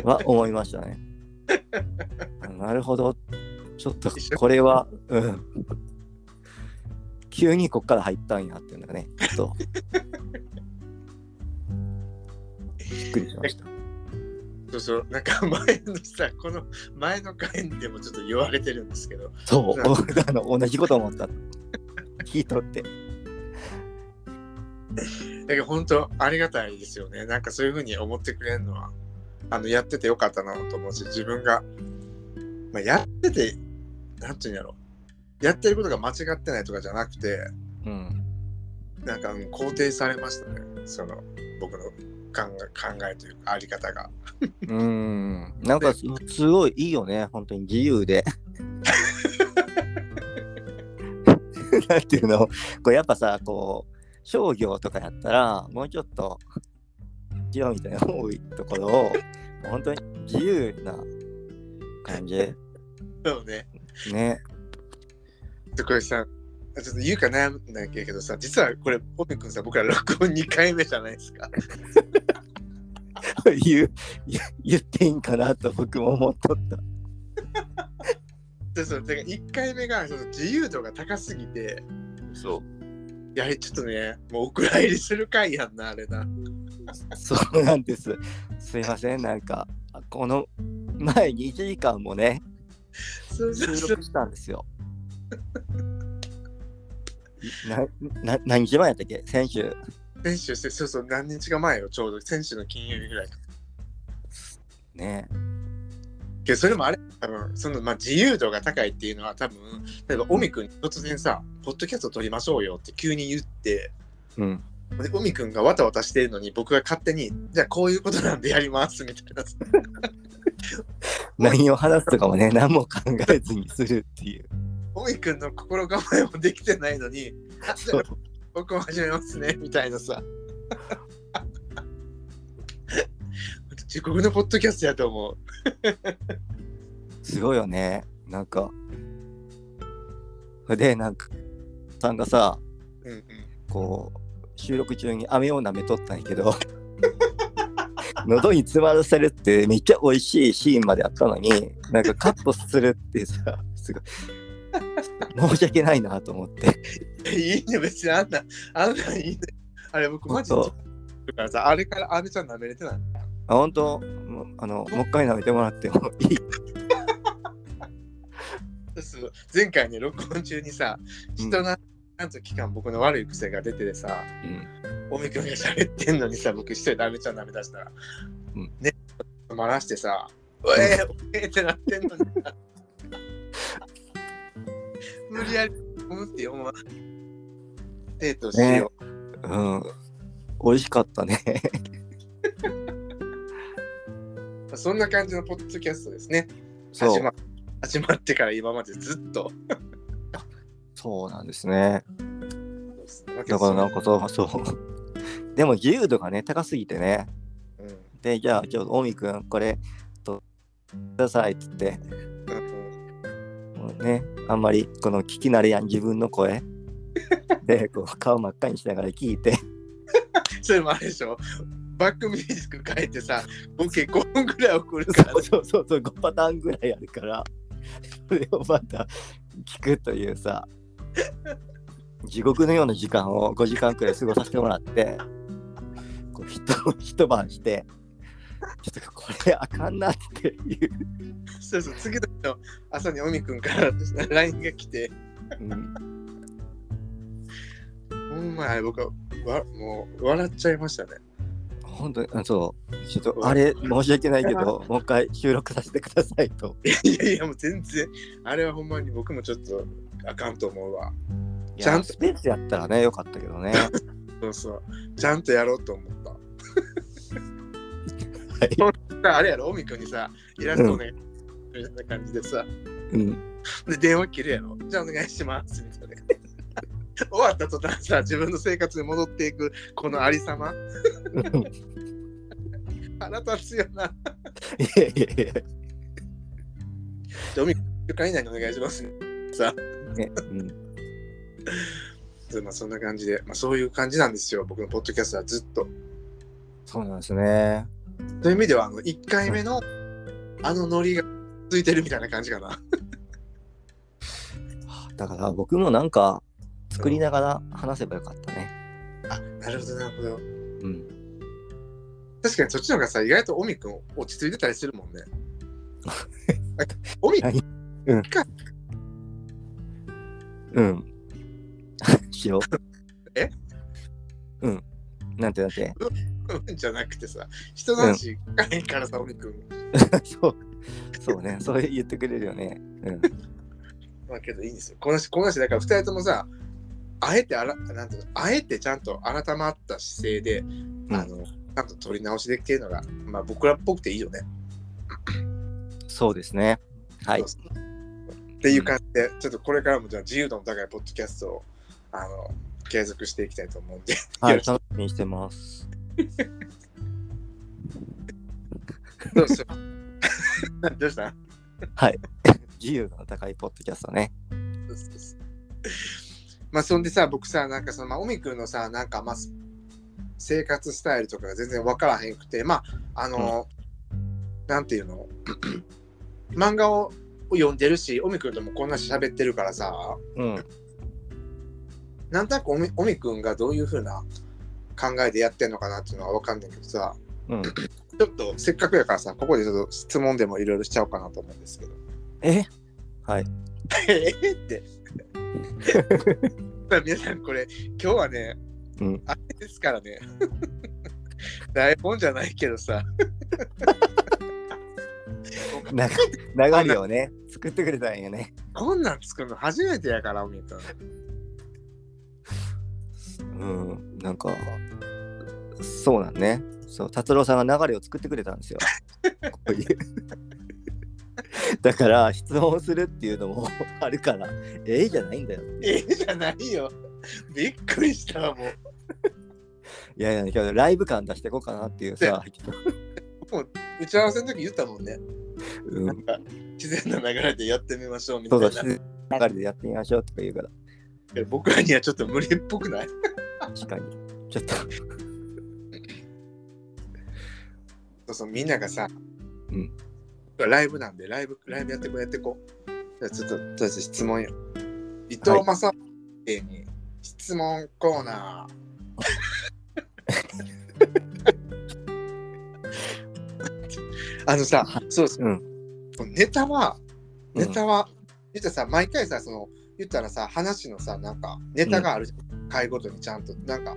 S2: は思いましたね。なるほど。ちょっとこれは、うん。急にこっから入ったんやっていうのがね、ちょっと。びっくりしました。
S1: そうそう、なんか 前のさ、この前の回でもちょっと言われてるんですけど、
S2: そうう、
S1: ん
S2: あの同じこと思った。聞いとって。
S1: だけど本当ありがたいですよね。なんかそういうふうに思ってくれるのは、あの、やっててよかったなと思うし、自分が、まあ、やってて、なんていうんやろやってることが間違ってないとかじゃなくて、
S2: うん。
S1: なんかもう肯定されましたね。その、僕の考え考えというか、あり方が。
S2: うん。なんかすすごいいいよね、本当に自由 で。なんていうのこうやっぱさ、こう、商業とかやったら、もうちょっと違うみたいな多いところを、もう本当に自由な感じで
S1: そうね。
S2: ね。
S1: でこれさ、ちょっと言うか悩んだけどさ、実はこれ、ポピ君さ、僕ら録音2回目じゃないですか。
S2: 言う言言っていいんかなと僕も思っとった。
S1: でそうだから1回目がその自由度が高すぎて、
S2: そう。
S1: いや、ちょっとね、もうお蔵入りする回やんな、あれな。
S2: そうなんです。すいません、なんか、この前に1時間もね、
S1: そう
S2: 収
S1: そうそう
S2: 録したんですよ。なな何日前やったっけ先週。
S1: 選手して、そうそう、何日か前よ、ちょうど、選手の金曜日ぐらい。
S2: ね
S1: けど、それもあれ、多分その、まあ、自由度が高いっていうのは、多分例えば、オミ君に突然さ、ポッドキャスト撮りましょうよって急に言って、
S2: うん。
S1: で、オミ君がわたわたしてるのに、僕が勝手に、じゃあ、こういうことなんでやります、みたいな。
S2: 何を話すとかもね、何も考えずにするっていう。
S1: オミ君の心構えもできてないのに、あじゃあ僕も始めますね、みたいなさ。自国のポッドキャストやと思う。
S2: すごいよね。なんか。で、なんか、さんがさ、
S1: うんうん、
S2: こう収録中に飴を舐めとったんやけど 喉に詰まらせるってめっちゃ美味しいシーンまであったのになんかカットするってさ すごい申し訳ないなと思って
S1: いいね、別にあんな、あんなんいいね。あれ、僕マジで。
S2: 本
S1: だからさ、あれから阿部ちゃん舐めれてない。
S2: あ本当もうあのもう一回舐めてもらってもいい
S1: そう前回ね、録音中にさ、人の、なんと期間僕の悪い癖が出ててさ、オミ君が喋ってんのにさ、僕一人で阿部ちゃん舐め出したら、
S2: うん
S1: ね、まらしてさ、うえー、うえーってなってんのにさ、無理やり、うんって思わデートしよう。
S2: うん、うん、美味しかったね
S1: そんな感じのポッドキャストですね。
S2: そ
S1: 始
S2: う
S1: ま始まってから今までずっと。
S2: そうなんですねだ
S1: だ
S2: からなんかそうそうでも自由度がね高すぎてね
S1: うん
S2: で、じゃあ、ちょっと、おみくん、これ、と、くださいって言って、
S1: うん
S2: もうね、あんまり、この聞き慣れやん、自分の 声。で、こう、顔真っ赤にしながら聞いて、
S1: それもあれでしょバックミュージック変えてさ、合計5分ぐらい送るから、
S2: そうそうそう、5パターンぐらいあるから、それをまた聞くというさ、地獄のような時間を5時間くらい過ごさせてもらって、こう、ひと一晩して、ちょっとこれあかんなっていう、
S1: そうそう次の日の朝におみくんから LINE が来て、
S2: うん、
S1: ほんまあれ僕はわもう笑っちゃいましたね。
S2: 本当にあそうちょっとあれ申し訳ないけどもう一回収録させてくださいと
S1: いやいやもう全然、あれはほんまに僕もちょっとあかんと思うわ。
S2: いや
S1: ちゃんと
S2: スペースやったらねよかったけどね
S1: そうそう。ちゃんとやろうと思った。
S2: い
S1: ほんとあれやろ、おみくんにさ、イラストお願いしますみたいな感じでさ、
S2: うん
S1: で、電話切るやろ。じゃあお願いします。みたいな。 終わった途端さ、自分の生活に戻っていく、このありさま。 腹立つよな。
S2: いやいやいや、
S1: じゃあ、おみくん、1週間以内にお願いします。
S2: ねうん、
S1: でまあ、そんな感じで、まあ、そういう感じなんですよ。僕のポッドキャストはずっと。
S2: そうなんですね
S1: そういう意味では、あの、1回目の、あのノリがついてるみたいな感じかな。
S2: だから僕もなんか作りながら話せばよかったね。
S1: あ、なるほど、なるほど。
S2: うん。
S1: 確かにそっちの方がさ、意外とオミ君落ち着いてたりするもん ね。あオミ
S2: 何うん。うん。 しよう。
S1: え
S2: うん。なんてな んて。
S1: 君じゃなくてさ、人の話聞かへんからさ、オミ君。
S2: そう。そうね。それ言ってくれるよね。うん。
S1: まあけどいいんですよ。この人、この人だから2人ともさ、あえてあら、なんていうの、あえてちゃんと改まった姿勢で、あの、ちゃんと取り直しできてるのが、まあ僕らっぽくていいよね。
S2: そうですね。はい。
S1: そうそうっていう感じで、ちょっとこれからもじゃあ自由度の高いポッドキャストを、あの、継続していきたいと思うんで。
S2: はい。
S1: よろし
S2: 楽しみにしてます。
S1: どうしよ うどうした
S2: 自由の高いポッドキャストね。
S1: そうそうそうまあそんでさ僕さなんかそのまあオミ君のさなんかまあす生活スタイルとかが全然分からへんくてまああの、なんていうの 漫画を読んでるしオミ君ともこんなし喋ってるからさ
S2: うん。
S1: なんとなくオミオミ君がどういうふうな考えでやってんのかなっていうのは分かんないけどさ
S2: うん。
S1: ちょっとせっかくやからさここでちょっと質問でもいろいろしちゃおうかなと思うんですけど
S2: え
S1: ええ ってまあ皆さんこれ今日はね、
S2: うん
S1: あれですからね 台本じゃないけどさ
S2: な流れをね、作ってくれたんやね。
S1: こんなん作るの初めてやからおみくん
S2: うん。なんか、そうなんね。そう、達郎さんが流れを作ってくれたんですよ。 こういう。だから、質問するっていうのも あるから、ええじゃないんだよ。
S1: ええじゃないよびっくりしたわもう
S2: いやいや、今日ライブ感出していこうかなっていうさ、
S1: 打ち合わせの時言ったもんね
S2: うん、
S1: 自然な流れでやってみましょうみた
S2: そ
S1: いう
S2: だ
S1: な
S2: し、流れでやってみましょうとか言うから、
S1: けど僕らにはちょっと無理っぽくない
S2: 確かに。ちょっと、
S1: そうそうみんながさ、
S2: うん
S1: ライブなんでライブライブやってこうやってこうじゃあちょっととりあえず質問よ伊藤正明に質問コーナ ーあのさ、そうそうう、ネタは、
S2: うん
S1: ネタは、言ったらさ、毎回さ、その、言ったらさ、話のさ、なんか、ネタがあるじゃん、回ごとにちゃんと、なんか、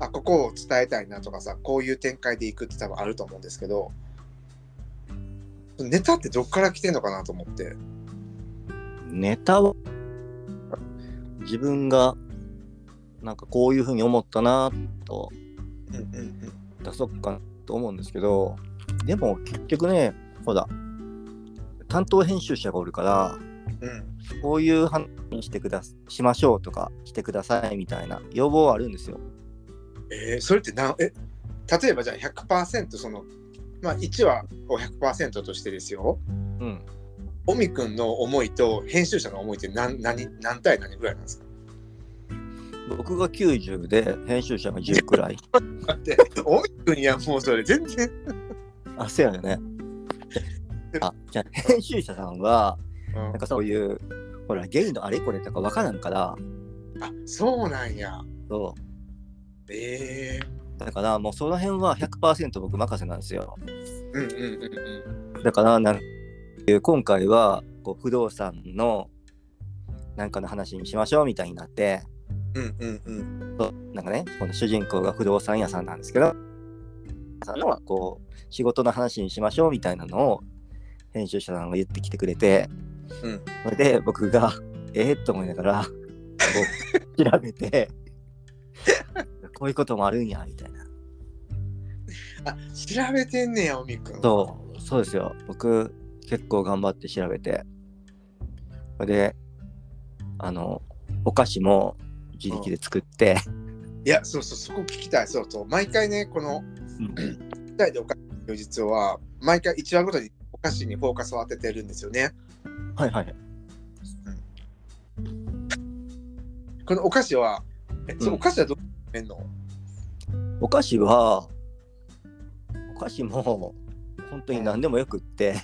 S1: あ、ここを伝えたいなとかさ、こういう展開でいくって多分あると思うんですけど、ネタってどっから来てんのかなと思って。
S2: ネタは自分がなんかこういうふうに思ったなと
S1: うんうんうん。
S2: 出そうかなと思うんですけどでも結局ねほら担当編集者がおるから
S1: うん、
S2: こういう話にしてくだしましょうとかしてくださいみたいな要望はあるんですよ。
S1: えーそれってなん、え、例えばじゃあ100%その、まあ1話を100%としてですよ。
S2: うん、
S1: オミ君の思いと編集者の思いって何何何対何ぐらいなん ですか
S2: 僕が90で編集者が10く らい。
S1: だって、オミ君にはもうそれ全然。
S2: あそうや よね。あじゃあ編集者さんは
S1: うん
S2: なんかそういうほらゲイのあれこれとかわからんから
S1: あそうなんや。
S2: そう
S1: ええ
S2: だからもうその辺は100%僕任せなんですよ。
S1: うんうんうんうん。
S2: だからなん今回はこう不動産のなんかの話にしましょうみたいになって
S1: うんうんうん。
S2: そうなんかねこの主人公が不動産屋さんなんですけどさんのこう仕事の話にしましょうみたいなのを編集者さんが言ってきてくれて、
S1: うん
S2: それで僕がええと思いながらこう調べて こういうこともあるんやみたいな。
S1: あ調べてんねや、オミ君。
S2: そう、そうですよ。僕、結構頑張って調べて。で、あの、お菓子も自力で作って、
S1: いや、そうそう、そこ聞きたい。そうそう。毎回ね、この2人でお菓子の休日は、毎回1話ごとにお菓子にフォーカスを当ててるんですよね。
S2: はいはい。
S1: このお菓子は、えそう
S2: うん
S1: お菓子はどうやってんの、
S2: お菓子は、お菓子も本当に何でもよくって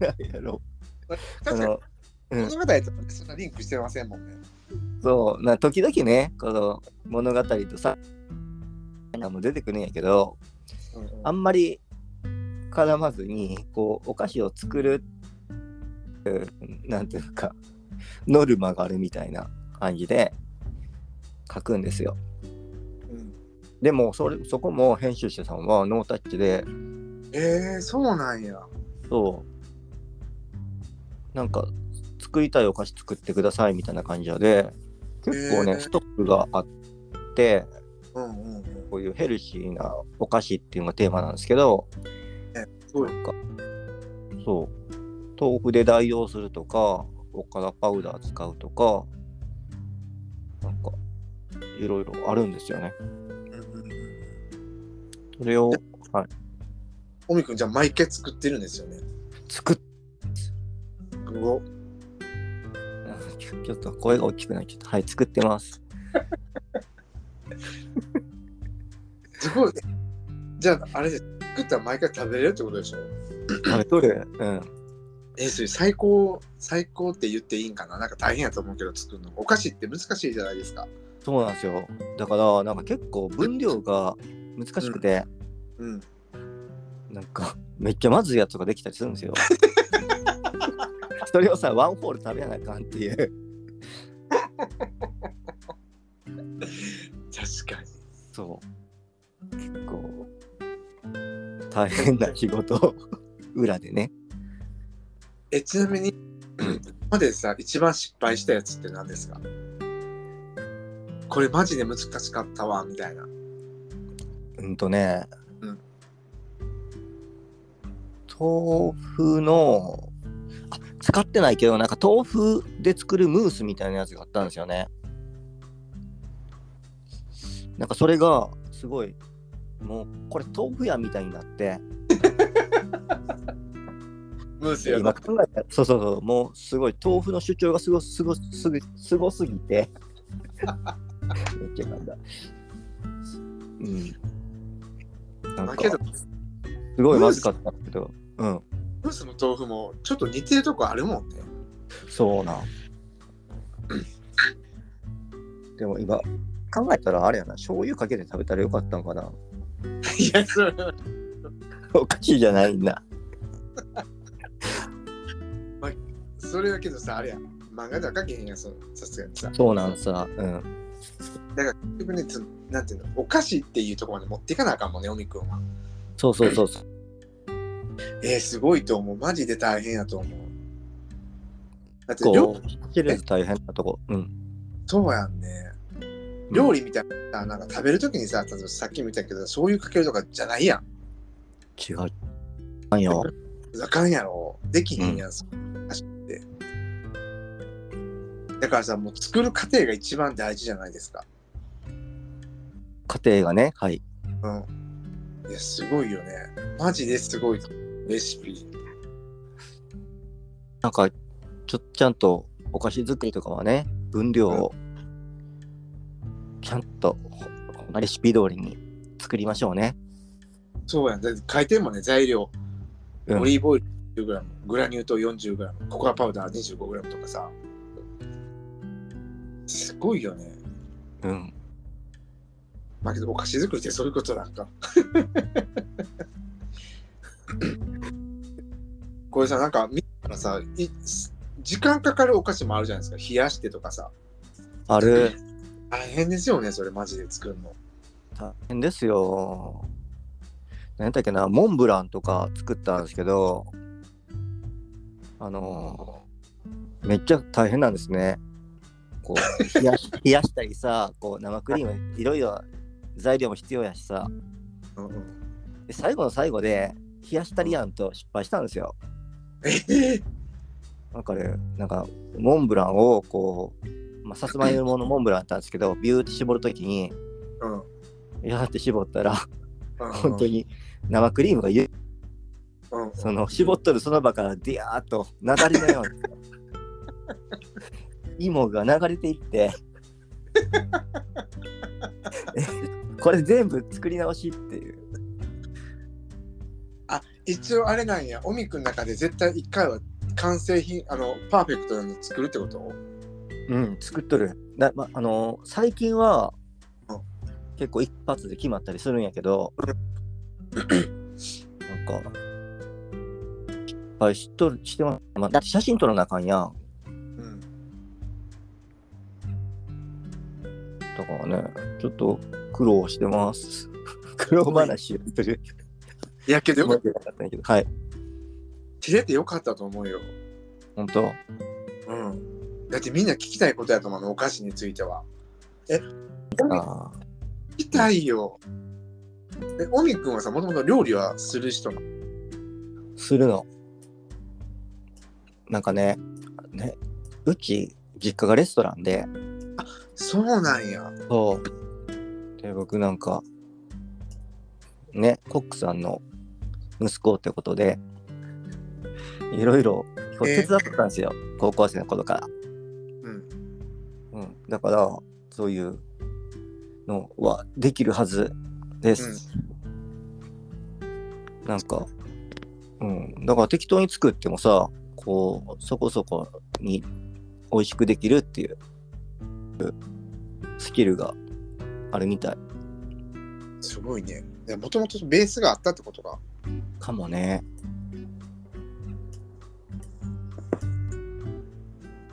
S2: なんやろ
S1: 確
S2: こ
S1: かに
S2: のうん
S1: 物語とかそんなリンクしてませんもんね。
S2: そうな時々ねこの物語とさも出てくるんやけど
S1: うんうん
S2: あんまり絡まずにこうお菓子を作るうんなんていうかノルマがあるみたいな感じで書くんですよ
S1: うん
S2: でもそれそこも編集者さんはノータッチで
S1: えー、そうなんや。
S2: そうなんか作りたいお菓子作ってくださいみたいな感じやで結構ね、
S1: へー
S2: ストックがあって
S1: うんうんうん。
S2: こういうヘルシーなお菓子っていうのがテーマなんですけど
S1: すごい。
S2: なんかそう豆腐で代用するとかおからパウダー使うとかなんかいろいろあるんですよね
S1: うんうんうん
S2: それを
S1: おみくんじゃあ毎回作ってるんですよね。
S2: 作っ
S1: うお
S2: ちょっと声が大きくなっちゃったはい作ってます
S1: すごい。じゃああれです。作ったら毎回食べれるってことでしょ
S2: あれどれうん
S1: えー、それ最高、最高って言っていいんかななんか大変やと思うけど作るの。お菓子って難しいじゃないですか。
S2: そうなんですよ。だから、なんか結構分量が難しくて、
S1: うん。
S2: なんかめっちゃまずいやつができたりするんですよ。それをさ、ワンホール食べなあかんっていう。
S1: 確かに。
S2: そう。結構、大変な仕事を裏でね。
S1: え、ちなみに、今までさ、一番失敗したやつって何ですかこれマジで難しかったわ、みたいな。
S2: うんとね、
S1: うん
S2: 豆腐の、あ使ってないけど、なんか豆腐で作るムースみたいなやつがあったんですよね。なんかそれが、すごい、もうこれ豆腐やみたいになって、
S1: ムースや
S2: 今
S1: な。
S2: 考えたら、そうそうそう、もうすごい、豆腐の主張がすごすごすごすごすぎ て、めっちゃなんだ。うん。なん
S1: まあ
S2: か、
S1: けど、
S2: すごいまずかったんだけど、うん。
S1: ムースの豆腐もちょっと似てるとこあるもんね。
S2: そうなん。でも今、考えたらあれやな、醤油かけて食べたらよかったんかな。
S1: いや、それは、
S2: おかしいじゃないんだ。
S1: それだけどさ、あれや。漫画では書けへんやん、そのさすがにさ。
S2: そうなんさ。うん。
S1: 結局ね、そのなんていうの、お菓子っていうところまで持っていかなあかんもんね、おみくんは。
S2: そうそうそうそう。
S1: えー、すごいと思う。マジで大変やと思う。だって料
S2: こう、切れず大変なとこ。うん。
S1: そうやんね。
S2: うん
S1: 料理みたいな、なんか食べるときにさ、例えばさっきも言ったけど、醤油かけるとかじゃないやん。
S2: 違う。なんよ。
S1: あかんやろ。できへんやん、そんな話って。だからさ、もう作る過程が一番大事じゃないですか。
S2: 家庭がね、はい。
S1: うん。いや、すごいよね。マジですごい。レシピ。
S2: なんか、ちょ、ちゃんとお菓子作りとかはね、分量を、ちゃんと、ほレシピ通りに作りましょうね。
S1: そうやん。だって書いてんもんね、材料。
S2: うん
S1: オリーブオイル 10g、グラニュー糖 40g、ココアパウダー 25g とかさ。すごいよね。
S2: うん。
S1: まあけど、お菓子作りってそういうこと なんか。これさ、なんか、みんなさい、時間かかるお菓子もあるじゃないですか。冷やしてとかさ。
S2: ある。
S1: 大変ですよね、それマジで作るの。
S2: 大変ですよ。何やったっけな、モンブランとか作ったんですけど、あのーめっちゃ大変なんですね。こう冷やし冷やしたりさ、こう生クリーム、いろいろ材料も必要やしさ、
S1: うんうん、
S2: で最後の最後で、冷やしたりやんと失敗したんですよ。
S1: えー、
S2: なんかね、なんか、モンブランをこう、まあ、さつまいものモンブランだったんですけど、ビューって絞るときに、
S1: うん。うん
S2: やーって絞ったら、
S1: うん
S2: 本当。に生クリームがゆ
S1: うんうん
S2: その絞っとるその場からディヤーっと流れのように芋が流れていって これ全部作り直しっていう
S1: 一応あれなんや、おみくんの中で絶対一回は完成品、あの、パーフェクトなの作るってこと
S2: うん、作っとる。だま、あのー最近は
S1: うん
S2: 結構一発で決まったりするんやけど、なんか、いっぱいしっとる、してます。まあ、だって写真撮らなあかんやん。
S1: うん。
S2: だからね、ちょっと苦労してます。 苦労話をしてる。
S1: いやけどよかっ
S2: うまくなかったんやけどはい、
S1: 切れてよかったと思うよ。
S2: 本当
S1: うん。だってみんな聞きたいことやと思うの、お菓子については。
S2: あー
S1: 聞きたいよ。え、おみくんはさ、もともと料理はする人なの
S2: するの。なんかね、ね、うち、実家がレストランで、
S1: そうなんや。
S2: そう。で、僕なんか、ね、コックさんの息子ってことで、いろいろこう
S1: えー
S2: 手伝ってたんですよ、高校生の頃から。
S1: うん。
S2: うん。だから、そういうのはできるはずです。なんか、うん。だから適当に作ってもさ、こう、そこそこに美味しくできるっていうスキルがあるみたい。
S1: すごいね。もともとベースがあったってことか。
S2: かもね。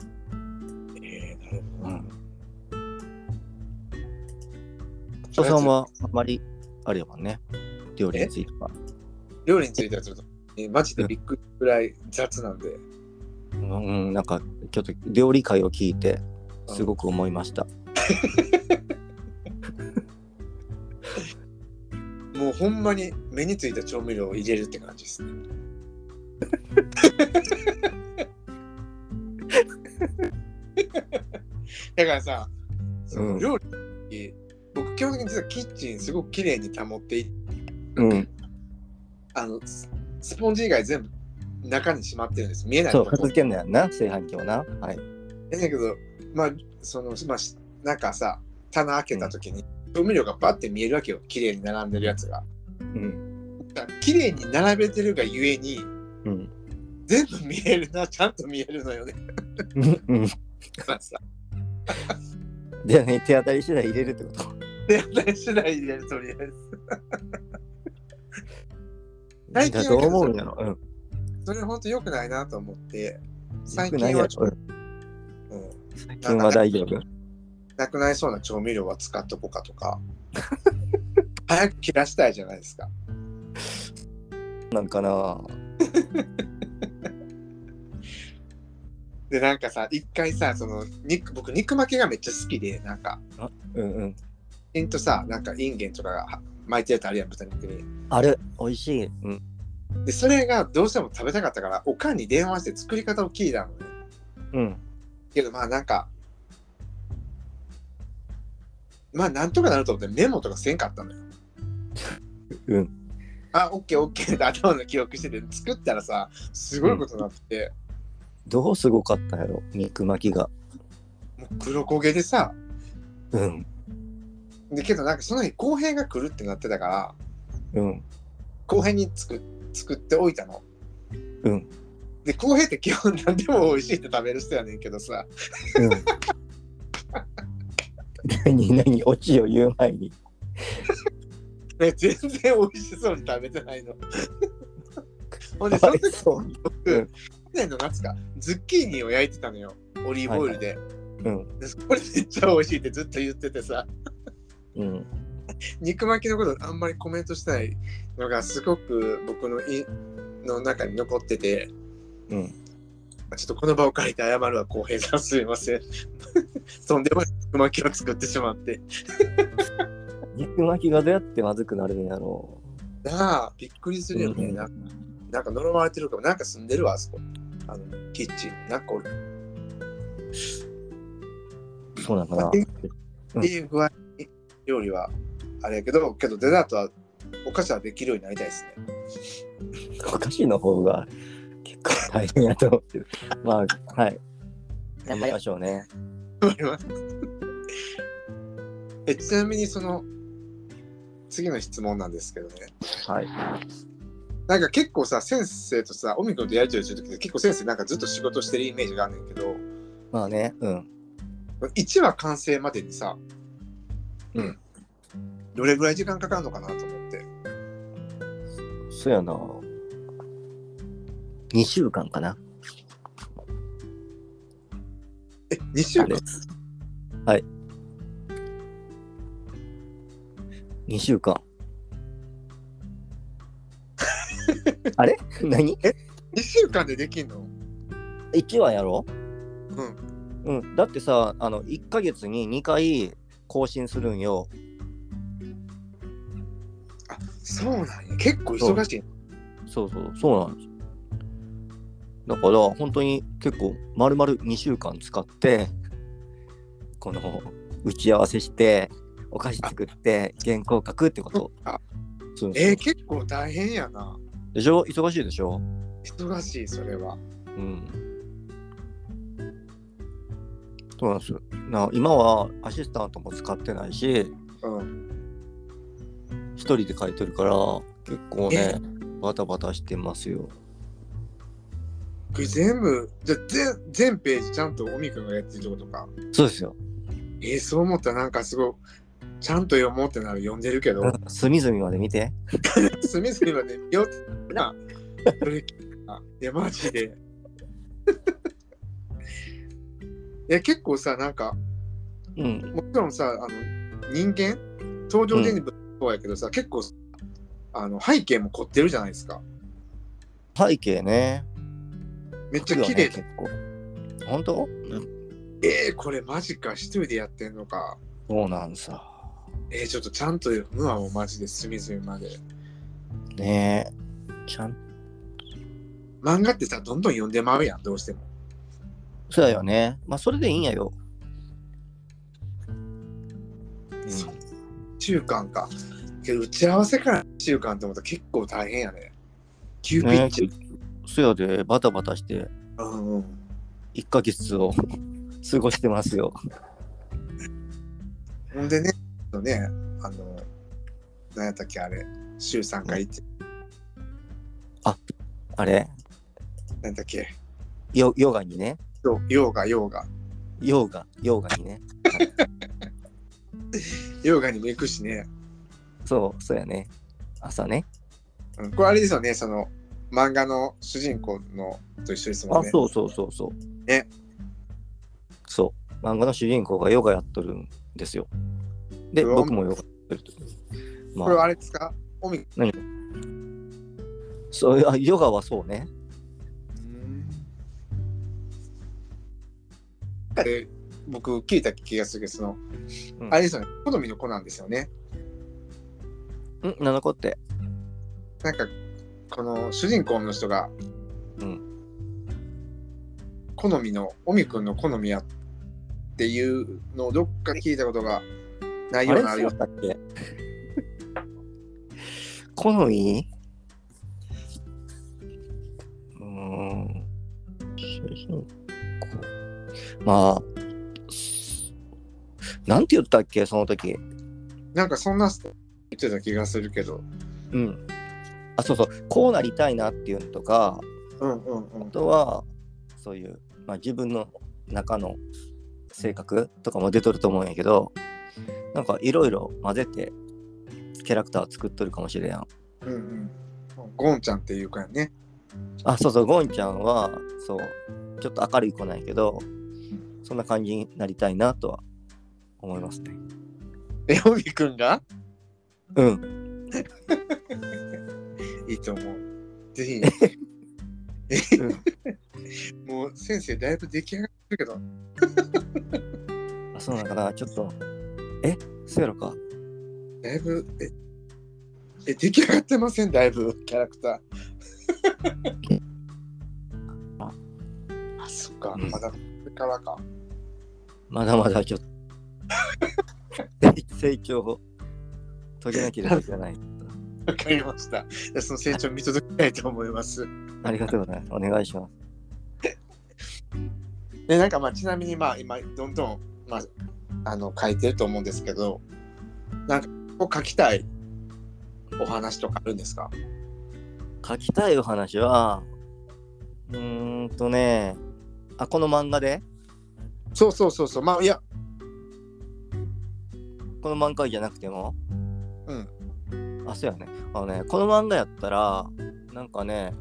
S1: えー、なるほとりあえ
S2: うん。人さ
S1: ず
S2: んはあんまりあれやもんね。料理については。
S1: 料理についてはちょっと、えーマジでびっくりぐらい雑なんで。
S2: うん、うんなんかちょっと料理会を聞いてすご
S1: く。
S2: く思いました。
S1: もうほんまに目についた調味料を入れるって感じですね。だからさ、その料理、僕基本的に実はキッチンすごく綺麗に保っていて
S2: うん。
S1: あのススポンジ以外全部中にしまってるんです見えない
S2: そ
S1: と
S2: う、
S1: こ
S2: 片付けんのやんな、炊飯器をな。はい。
S1: だけどまあそのまあしなんかさ棚開けた時に調味料がバッて見えるわけよ綺麗に並んでるやつが
S2: うん。
S1: だから綺麗に並べてるがゆえに
S2: うん。
S1: 全部見えるなちゃんと見えるのよね
S2: うん。
S1: だからさ
S2: じゃあね、手当たり次第入れるってこと。
S1: 手当たり次第でとりあえず最近は
S2: だと思うんやろ。うん。
S1: それほんと良くないなと思って最
S2: よくない
S1: 近
S2: や
S1: は
S2: ろ。うん
S1: うん
S2: 最近は大丈夫。
S1: なくなりそうな調味料は使っとこうかとか 早く切らしたいじゃないですか
S2: なんかな。
S1: でなんかさ一回さその肉僕肉巻きがめっちゃ好きでなんか
S2: うんうん。
S1: えんとさなんかインゲンとかがは巻いてるやつあるやん豚肉に
S2: あれ、美味しい。うん。
S1: でそれがどうしても食べたかったからおかんに電話して作り方を聞いたのね
S2: うん。
S1: けどまあなんかまあなんとかなると思ってメモとかせんかったのよ
S2: うん。
S1: あオッケーオッケーって頭の記憶してて作ったらさすごいことになって、
S2: どうすごかったやろ、肉巻きが。
S1: もう黒焦げでさ
S2: うん。
S1: でけどなんかその日公平が来るってなってたから
S2: うん。
S1: 公平に作作っておいたの
S2: うん。
S1: で公平って基本何でも美味しいって食べる人やねんけどさ
S2: うん。何何オチを言う前に。
S1: ね全然美味しそうに食べて ないのほんでそ
S2: かわ
S1: の
S2: い
S1: 時
S2: そうに。
S1: 僕去年の夏かズッキーニを焼いてたのよオリーブオイルで,、
S2: うん。
S1: でこれめっちゃ美味しいってずっと言っててさ
S2: うん。
S1: 肉巻きのことあんまりコメントしたいのがすごく僕のいの中に残ってて
S2: うん。
S1: ちょっとこの場を借りて謝るわ、浩平さん、すみません。 とんでもない肉巻きを作ってしまって。
S2: 肉巻きがどうやってまずくなるんやろ
S1: なあ、びっくりするよね。
S2: うん
S1: なんかなんか呪われてるかも。なんか住んでるわ、あそこ。あの、キッチン。なんか俺、
S2: う。そうなんかな。う
S1: っ
S2: ん
S1: ていう具合に料理はあれやけど、けどデザートは、お菓子はできるようになりたいですね。
S2: お菓子の方が結構大変やと思ってる。まあ、はい。頑張りましょうね。
S1: わかります。 え、ちなみにその、次の質問なんですけどね。
S2: はい。
S1: なんか結構さ、先生とさ、オミクロンとやりとりするときって結構先生なんかずっと仕事してるイメージがあんねんけど、
S2: まあね、うん。
S1: 1話完成までにさ、
S2: うん。
S1: どれぐらい時間かかるのかなと思って。
S2: そうやな。2週間かな。
S1: え、2週
S2: あれ
S1: 間
S2: はい。2週間。あれ何
S1: ?2 週間でできんの
S2: ?1 話やろ
S1: うん。
S2: うん。だってさ、あの、1ヶ月に2回更新するんよ。
S1: そうなんや。結構忙しい。
S2: そうそう、そうなんですよ。だから、本当に結構、丸々2週間使って、この、打ち合わせして、お菓子作って、原稿書くってこと。
S1: あ
S2: そうそう
S1: えー、結構大変やな。
S2: でしょ忙しいでしょ
S1: 忙しい、それは。
S2: うん。そうなんですよ。な今はアシスタントも使ってないし、
S1: うん。
S2: 一人で書いてるから、結構ね、バタバタしてますよ。
S1: これ全部、じゃあ全、全ページちゃんとオミクロンがやってるってことか。
S2: そうですよ。
S1: えー、そう思ったらなんかすごい、ちゃんと読もうってなる読んでるけど、
S2: 隅々まで見て。
S1: 隅々まで よってな、それあいや、マジで。 いや、結構さ、なんか、
S2: うん。
S1: もちろんさ、あの人間、登場人物もそうやけどさ、結構あの背景も凝ってるじゃないですか。
S2: 背景ね。
S1: めっちゃ
S2: 行く
S1: 綺麗で、
S2: よね結構。本当
S1: えー、これマジか、一人でやってんのか。
S2: そうなんさ。
S1: えー、ちょっとちゃんと読むわ、もうマジで隅々まで。
S2: ねえ。ちゃん
S1: 漫画ってさ、どんどん読んでまうやん、どうしても。
S2: そうだよね。まあ、それでいいんやよ。うん
S1: そう一週間か。けど打ち合わせから一週間って思ったら結構大変やね。急ピッチ。
S2: そうやで、バタバタして、
S1: うんうん。
S2: 1ヶ月を 過ごしてますよ。
S1: ほんでね、あのね、あの、何やったっけ、あれ、週3回行って、
S2: あれ
S1: 何やったっけ、
S2: ヨヨガにね。
S1: ヨヨガ、ヨガ。
S2: ヨガ、ヨガにね。
S1: ヨガにも行くしね、
S2: そう、そうやね。朝ね。
S1: うん、これあれですよねその漫画の主人公のと一緒ですも
S2: あ
S1: んね、
S2: そうそうそうそう。
S1: ね。
S2: そう。漫画の主人公がヨガやっとるんですよ。で、
S1: うわ
S2: 僕もヨガやってると。ま
S1: これはあれですかオミ
S2: そうあヨガはそうね。
S1: で僕聞いた気がするけどその、
S2: うん
S1: あれですよね好みの子なんですよね
S2: ん七個って。
S1: なんかこの主人公の人が、
S2: うん
S1: 好みのオミ君の好みやっていうのをどっか聞いたことがないよ
S2: あ
S1: う
S2: れ
S1: なあ
S2: そ
S1: る
S2: う
S1: よ
S2: や
S1: う
S2: ったっけ好みうーん。主人公まあ、なんて言ったっけ、その時。
S1: なんかそんな言ってた気がするけど
S2: うん。あ、そうそう、こうなりたいなっていうのとか、
S1: うんうんう
S2: あ
S1: ん
S2: とは、そういう、まあ、自分の中の性格とかも出とると思うんやけど、なんかいろいろ混ぜて、キャラクター作っとるかもしれやん。
S1: うんうんゴンちゃんっていうか ね
S2: あ、そうそう、ゴンちゃんは、そう、ちょっと明るい子なんやけど、そんな感じになりたいなとは思いますね。
S1: え、オミ君が
S2: うん。
S1: いいと思う。ぜひ。 もう先生、だいぶ出来上がってるけど、
S2: あそうなんかな、ちょっと、え、そうやろか。
S1: だいぶ、え、え出来上がってません、だいぶ、キャラクター。 あ、そっか、
S2: うん
S1: まだこれからか。
S2: まだま だちょっと、成長を遂げなければいけない。
S1: わかりました。じゃあその成長見届けたいと思います。
S2: ありがとうございます。お願いします。
S1: で、なんかまあ、ちなみにまあ、今、どんどん、まあ、あの、書いてると思うんですけど、なんか、こう書きたいお話とかあるんですか
S2: 書書きたいお話は、うーんとね、あ、この漫画で
S1: そうそうそうそう。まあ、いや、
S2: この漫画じゃなくても
S1: うん。
S2: あ、そうやね。あのね、この漫画やったら、なんかね、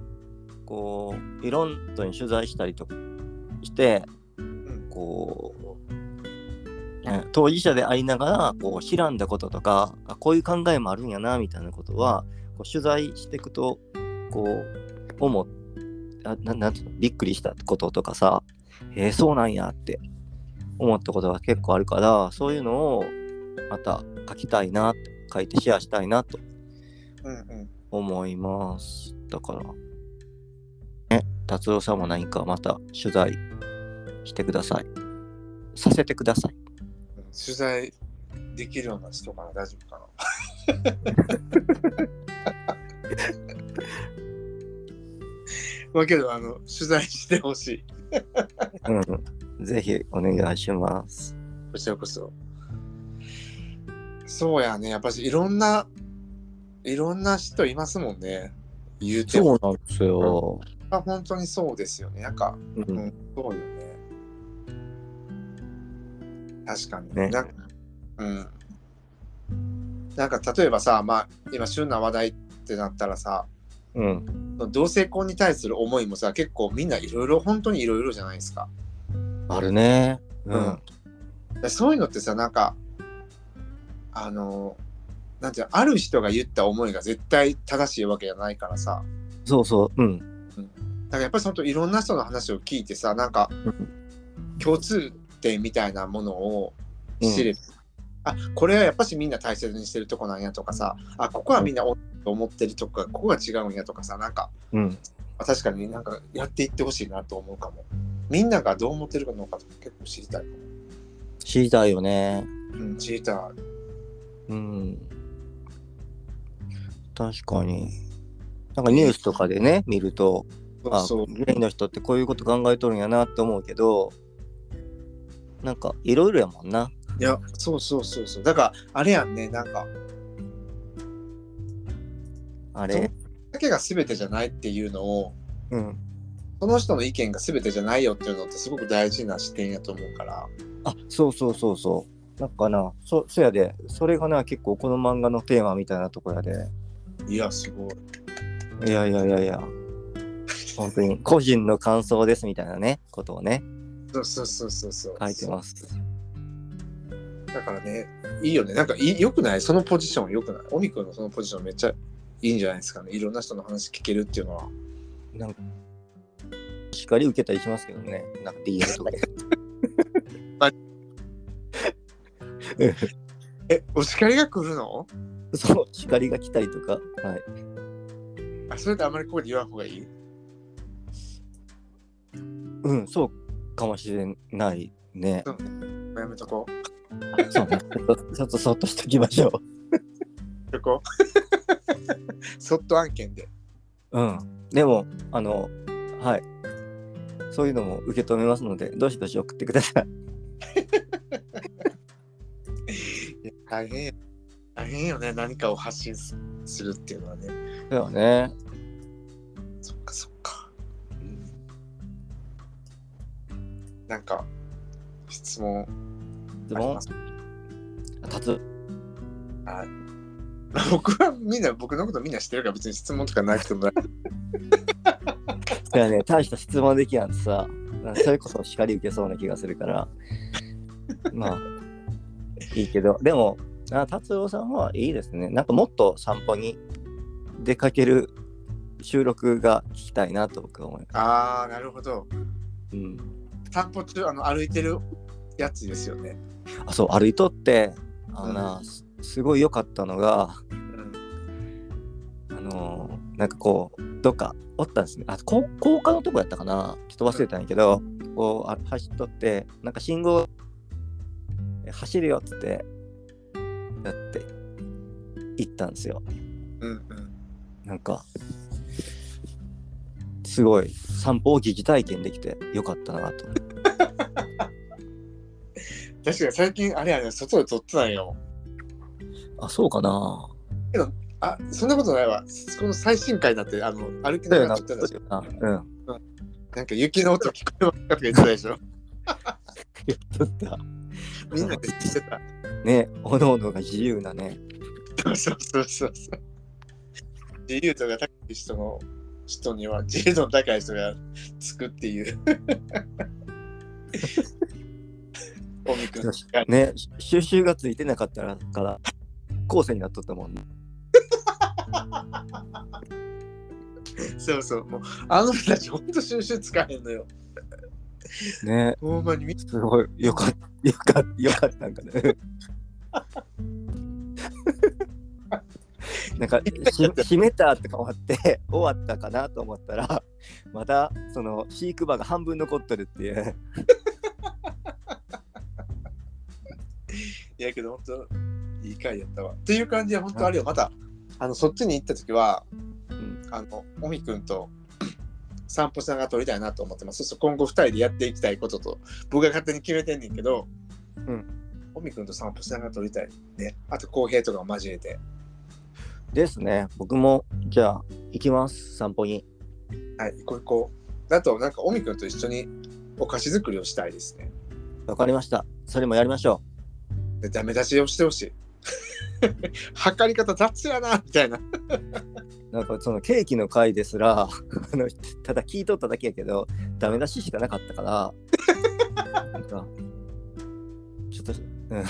S2: こう、いろんな人に取材したりとかして、
S1: うん
S2: こう、ね当事者でありながら、こう、知らんだこととか、あこういう考えもあるんやな、みたいなことは、こう取材していくと、こう、思っあななんていうのびっくりしたこととかさ、えーそうなんやって思ったことが結構あるから、そういうのをまた書きたいなって、書いてシェアしたいなと
S1: うんうん。
S2: 思います。だから、ね、達郎さんも何かまた取材してください。させてください。
S1: 取材できるような人かな、大丈夫かな。まあけど、あの、取材してほしい。
S2: うん、ぜひお願いします。
S1: こちらこそ。そうやね、やっぱしいろんな、いろんな人いますもんね。言うても。
S2: うなんですよ。
S1: あ本当にそうですよね。なんか、
S2: う
S1: うんん、そうよね。確かに
S2: ね
S1: なんかうん。なんか例えばさ、まあ、今、旬な話題ってなったらさ、
S2: うん、
S1: 同性婚に対する思いもさ、結構みんないろいろ、本当にいろいろじゃないですか。
S2: あるね。う
S1: うん
S2: ん、
S1: だからそういうのってさなんかあのなんていうのある人が言った思いが絶対正しいわけじゃないからさ
S2: そうそう、うん、
S1: だからやっぱりそのいろんな人の話を聞いてさなんか
S2: うん
S1: 共通点みたいなものを知れる、あこれはやっぱしみんな大切にしてるとこなんやとかさあここはみんなおと思ってるとこがここが違うんやとかさなんか
S2: うん、
S1: あ確かになんかやっていってほしいなと思うかもみんながどう思ってるのかとか結構知りたい、
S2: 知りたいよね。
S1: うん、知りたい
S2: うん。確かに。なんかニュースとかでね、見ると、あ
S1: そう
S2: ゲイの人ってこういうこと考えとるんやなって思うけどなんかいろいろやもんない
S1: や、そうそうそうそう。だから、あれやんね、なんか、
S2: あ
S1: そう
S2: れ
S1: だけが全てじゃないっていうのを、
S2: うん
S1: その人の意見が全てじゃないよっていうのってすごく大事な視点やと思うから。
S2: あそうそうそうそうなんかなそそやでそれがな結構この漫画のテーマみたいなとこやで
S1: いや、すごい。
S2: いやいやいやいや本当に 個人の感想ですみたいなねことをね
S1: そうそうそうそうそう。
S2: 書いてます
S1: だからね、いいよね。なんかいい、よくないそのポジションよくないオミクのそのポジションめっちゃいいんじゃないですかね。いろんな人の話聞けるっていうのは。
S2: なんかしっかり受けたりしますけどねなんか DM とかで
S1: え、お叱りが来るの
S2: そう叱りが来たりとかはい
S1: あ、それってあんまりここで言わん方がいい
S2: うんそうかもしれないね
S1: やめとこう。
S2: そうね。ちょっとそっとしときましょ
S1: やめとこう。 そっと案件で。
S2: う。うん。でも、あの、はい。そういうのも受け止めますので、どしどし送ってください。
S1: いや大変よ大変よね何かを発信すするっていうのはね
S2: ではね。
S1: そっかそっか、うん、なんか質問
S2: で
S1: あり
S2: も
S1: ます、
S2: たつ、
S1: はい 僕はみんな僕のことみんな知ってるから別に質問とかなくても ない
S2: いやね、大した質問できやんとさ、なんかそれこそ叱り受けそうな気がする から、まあ、いいけど、でも、あ達郎さんはいいですね。なんかもっと散歩に出かける収録が聞きたいなと僕は思います。
S1: ああなるほど
S2: うん
S1: 散歩中あの歩いてるやつですよね、
S2: あそう歩いとってあのな、すすごい良かったのが
S1: うん、
S2: あのーなんかこうどっかおったんですねあ高高架のとこやったかなちょっと忘れたんやけどこうあ走っとってなんか信号え走るよっつってやって行ったんですよ
S1: うんうん
S2: なんかすごい散歩を疑似体験できてよかったなと
S1: 確かに最近あれやね外で撮ってないよ
S2: あそうかな
S1: けどあそんなことないわ。この最新回だって、あの、歩き
S2: そう
S1: ながら
S2: よな。
S1: 撮ってたし、
S2: そうよなうん。
S1: なんか雪の音聞こえますかとか言ってたでし ょ。
S2: やっとった。
S1: みんなで言ってた。
S2: ね、おのおのが自由なね。
S1: そうそうそうそう。自由度が高い人の人には自由度の高い人がつくっていう。おみくん。
S2: ね、収集がついてなかったらから、後世になっとったもんね。
S1: そうそう。もうあの人たちほんと収集つかへんのよ。
S2: ね、
S1: ほんまにみんな
S2: すごい。よかった。よかった。よかったんかね。 なんかし閉めたとか終わって終わったかなと思ったらまたその飼育場が半分残ってるっていう
S1: いやけど本当いい回やったわ。っていう感じで本当あれよ、またあのそっちに行った時は、
S2: ん
S1: あのおみくんと散歩しながら撮りたいなと思ってます。そうすると今後2人でやっていきたいことと僕が勝手に決めてんねんけど、
S2: うん
S1: おみくんと散歩しながら撮りたいね。あと公平とかを交えて。
S2: ですね僕もじゃあ行きます散歩に
S1: はい、行こう行こう。あとなんかおみくんと一緒にお菓子作りをしたいですね。
S2: わかりましたそれもやりましょ
S1: でダメ出しをしてほしい。 測り方雑やなみた いな。
S2: うなんかそのケーキの回ですらあのただ聞いとっただけやけどダメ出ししかなかったからなんかちょっと
S1: あの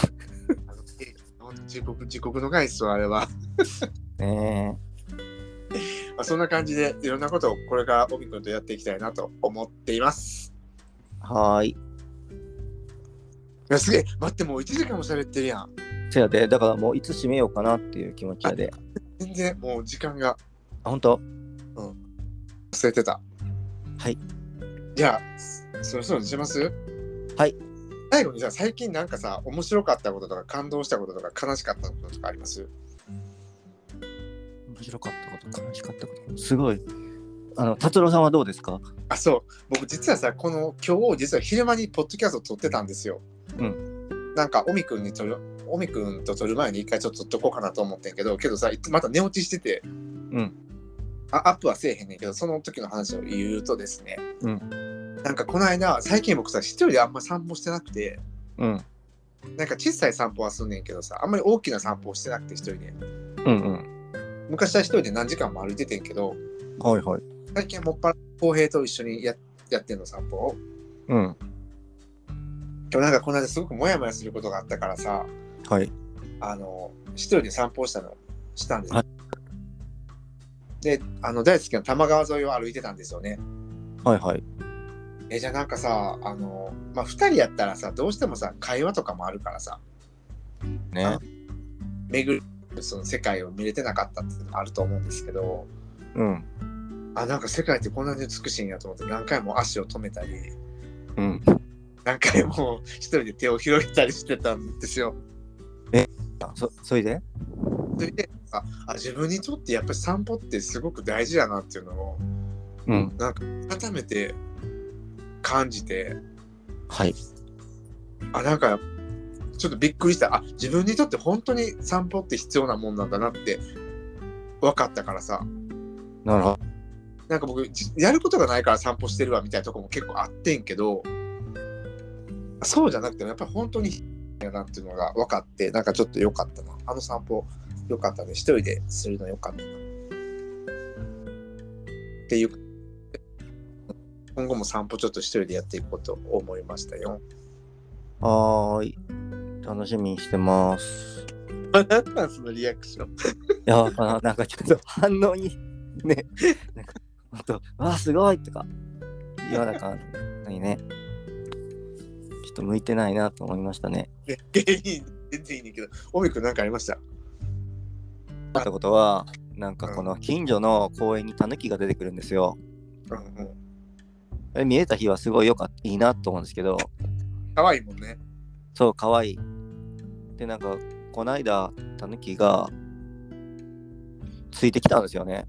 S1: 本当地獄地獄の回数はあれは。
S2: ね
S1: まあ、そんな感じでいろんなことをこれからオミ君とやっていきたいなと思っています。
S2: はーい
S1: いやすげえ待ってもう1時間も喋ってるやん。
S2: せやでだからもういつ閉めようかなっていう気持ちやで
S1: 全然もう時間が
S2: あ本当
S1: 忘れてた。
S2: はい。
S1: じゃあそろそろにします
S2: はい。
S1: 最後にさ最近なんかさ面白かったこととか感動したこととか悲しかったこととかあります
S2: 面白かったこと悲しかったことすごいあの達郎さんはどうですか
S1: あそう僕実はさこの今日実は昼間にポッドキャストを撮ってたんですよ。。
S2: うん
S1: なんかオミ君に撮るオミ君と撮る前に一回ちょっと撮っとこうかなと思ってんけどけどさいつまた寝落ちしてて。
S2: うん。
S1: あアップはせえへんねんけどその時の話を言うとですね。。
S2: うん
S1: なんかこの間最近僕さ一人であんま散歩してなくて
S2: うん
S1: なんか小さい散歩はすんねんけどさあんまり大きな散歩をしてなくて一人で
S2: うんうん
S1: 昔は一人で何時間も歩いててんけど
S2: はいはい
S1: 最近はもっぱら浩平と一緒にややってんの散歩を。
S2: うん
S1: でもなんかこの間すごくモヤモヤすることがあったからさ
S2: はい
S1: あの一人で散歩をしたのしたんです、
S2: は
S1: であの大好きな多摩川沿いを歩いてたんですよね
S2: はいはい
S1: えじゃあなんかさあの、まあ、2人やったらさどうしてもさ会話とかもあるからさ
S2: ね
S1: 巡るその世界を見れてなかったっていうのもあると思うんですけど
S2: うん
S1: あなんか世界ってこんなに美しいんやと思って何回も足を止めたり
S2: うん
S1: 何回も一人で手を広げたりしてたんですよ。
S2: あそそれで
S1: それでああ自分にとってやっぱり散歩ってすごく大事だなっていうのを
S2: うん
S1: なんか改めて感じて
S2: はい
S1: あなんかちょっとびっくりしたあ自分にとって本当に散歩って必要なもんなんだなって分かったからさ
S2: なるほど
S1: なんか僕じやることがないから散歩してるわみたいなとこも結構あってんけどそうじゃなくてもやっぱり本当に必要だなっていうのが分かってなんかちょっと良かったなあの散歩良かったね一人でするの良かったなっていう今後も散歩ちょっと一人でやっていこうと思いましたよ。
S2: はーい楽しみにしてます
S1: 何なんそのリアクション。
S2: いやわからんなんかちょっと反応にねなんかほんとわあすごいとか言わなかったりねちょっと向いてないなと思いましたね
S1: いや全然いい全然いいねんけど、オミ君なんかありました。
S2: あったことはなんかこの近所の公園にタヌキが出てくるんですよ
S1: うんうん。
S2: あれ見えた日はすごいよかったいいなと思うんですけど
S1: 可愛いもんね。
S2: そう、かわいい。で、なんか、こないだ、たぬきが、ついてきたんですよね。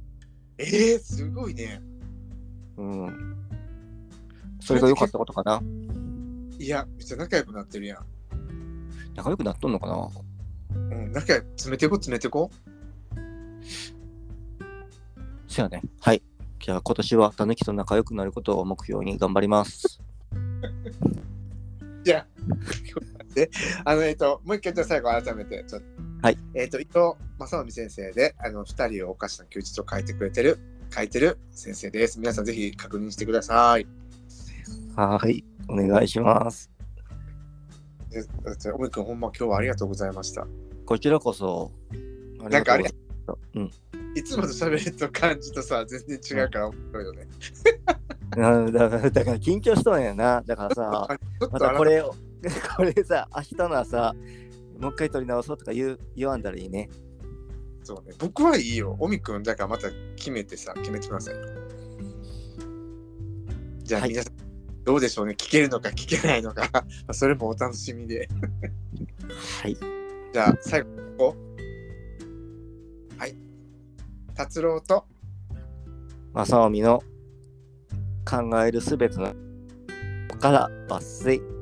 S1: ええすごいね。
S2: うん。それが良かったことかな。
S1: いや、めっちゃ仲良くなってるやん。
S2: 仲良くなっとんのかな
S1: うん、仲良く詰めてこ詰めてこ。
S2: そうやね。はい。じゃあ今年はたぬきと仲良くなることを目標に頑張ります。
S1: じゃあ、 であの、えっ、と、もう一回、じゃあ最後、改めて、ちょっと。
S2: はい。
S1: えっ、と、伊藤正臣先生で、あの、二人をおかしな休日を書いてくれてる、書いてる先生です。皆さん、ぜひ確認してください。
S2: はい。お願いします。
S1: でおみくん、ほんま、今日はありがとうございました。
S2: こちらこそ。
S1: なんかあ
S2: り
S1: れ
S2: がとうございま
S1: いつもと喋ると感じとさ、全然違うから面白いよね。
S2: したうん。だ からだから緊張しとんやな。だからさ。
S1: ちょっ
S2: ま
S1: とあ
S2: た
S1: ら
S2: これを、 これさ、明日の朝、もう一回撮り直そうとか言う言わんだらいいね。
S1: そうね、僕はいいよ。おみくん、だからまた決めてさ、決めてくださいよ。じゃあ、
S2: はい
S1: 皆さん、どうでしょうね。聞けるのか聞けないのか、 まあそれもお楽しみで。
S2: はい。
S1: じゃあ、最後、ここはい。達郎と、
S2: まさおみの考えるすべてのから抜粋。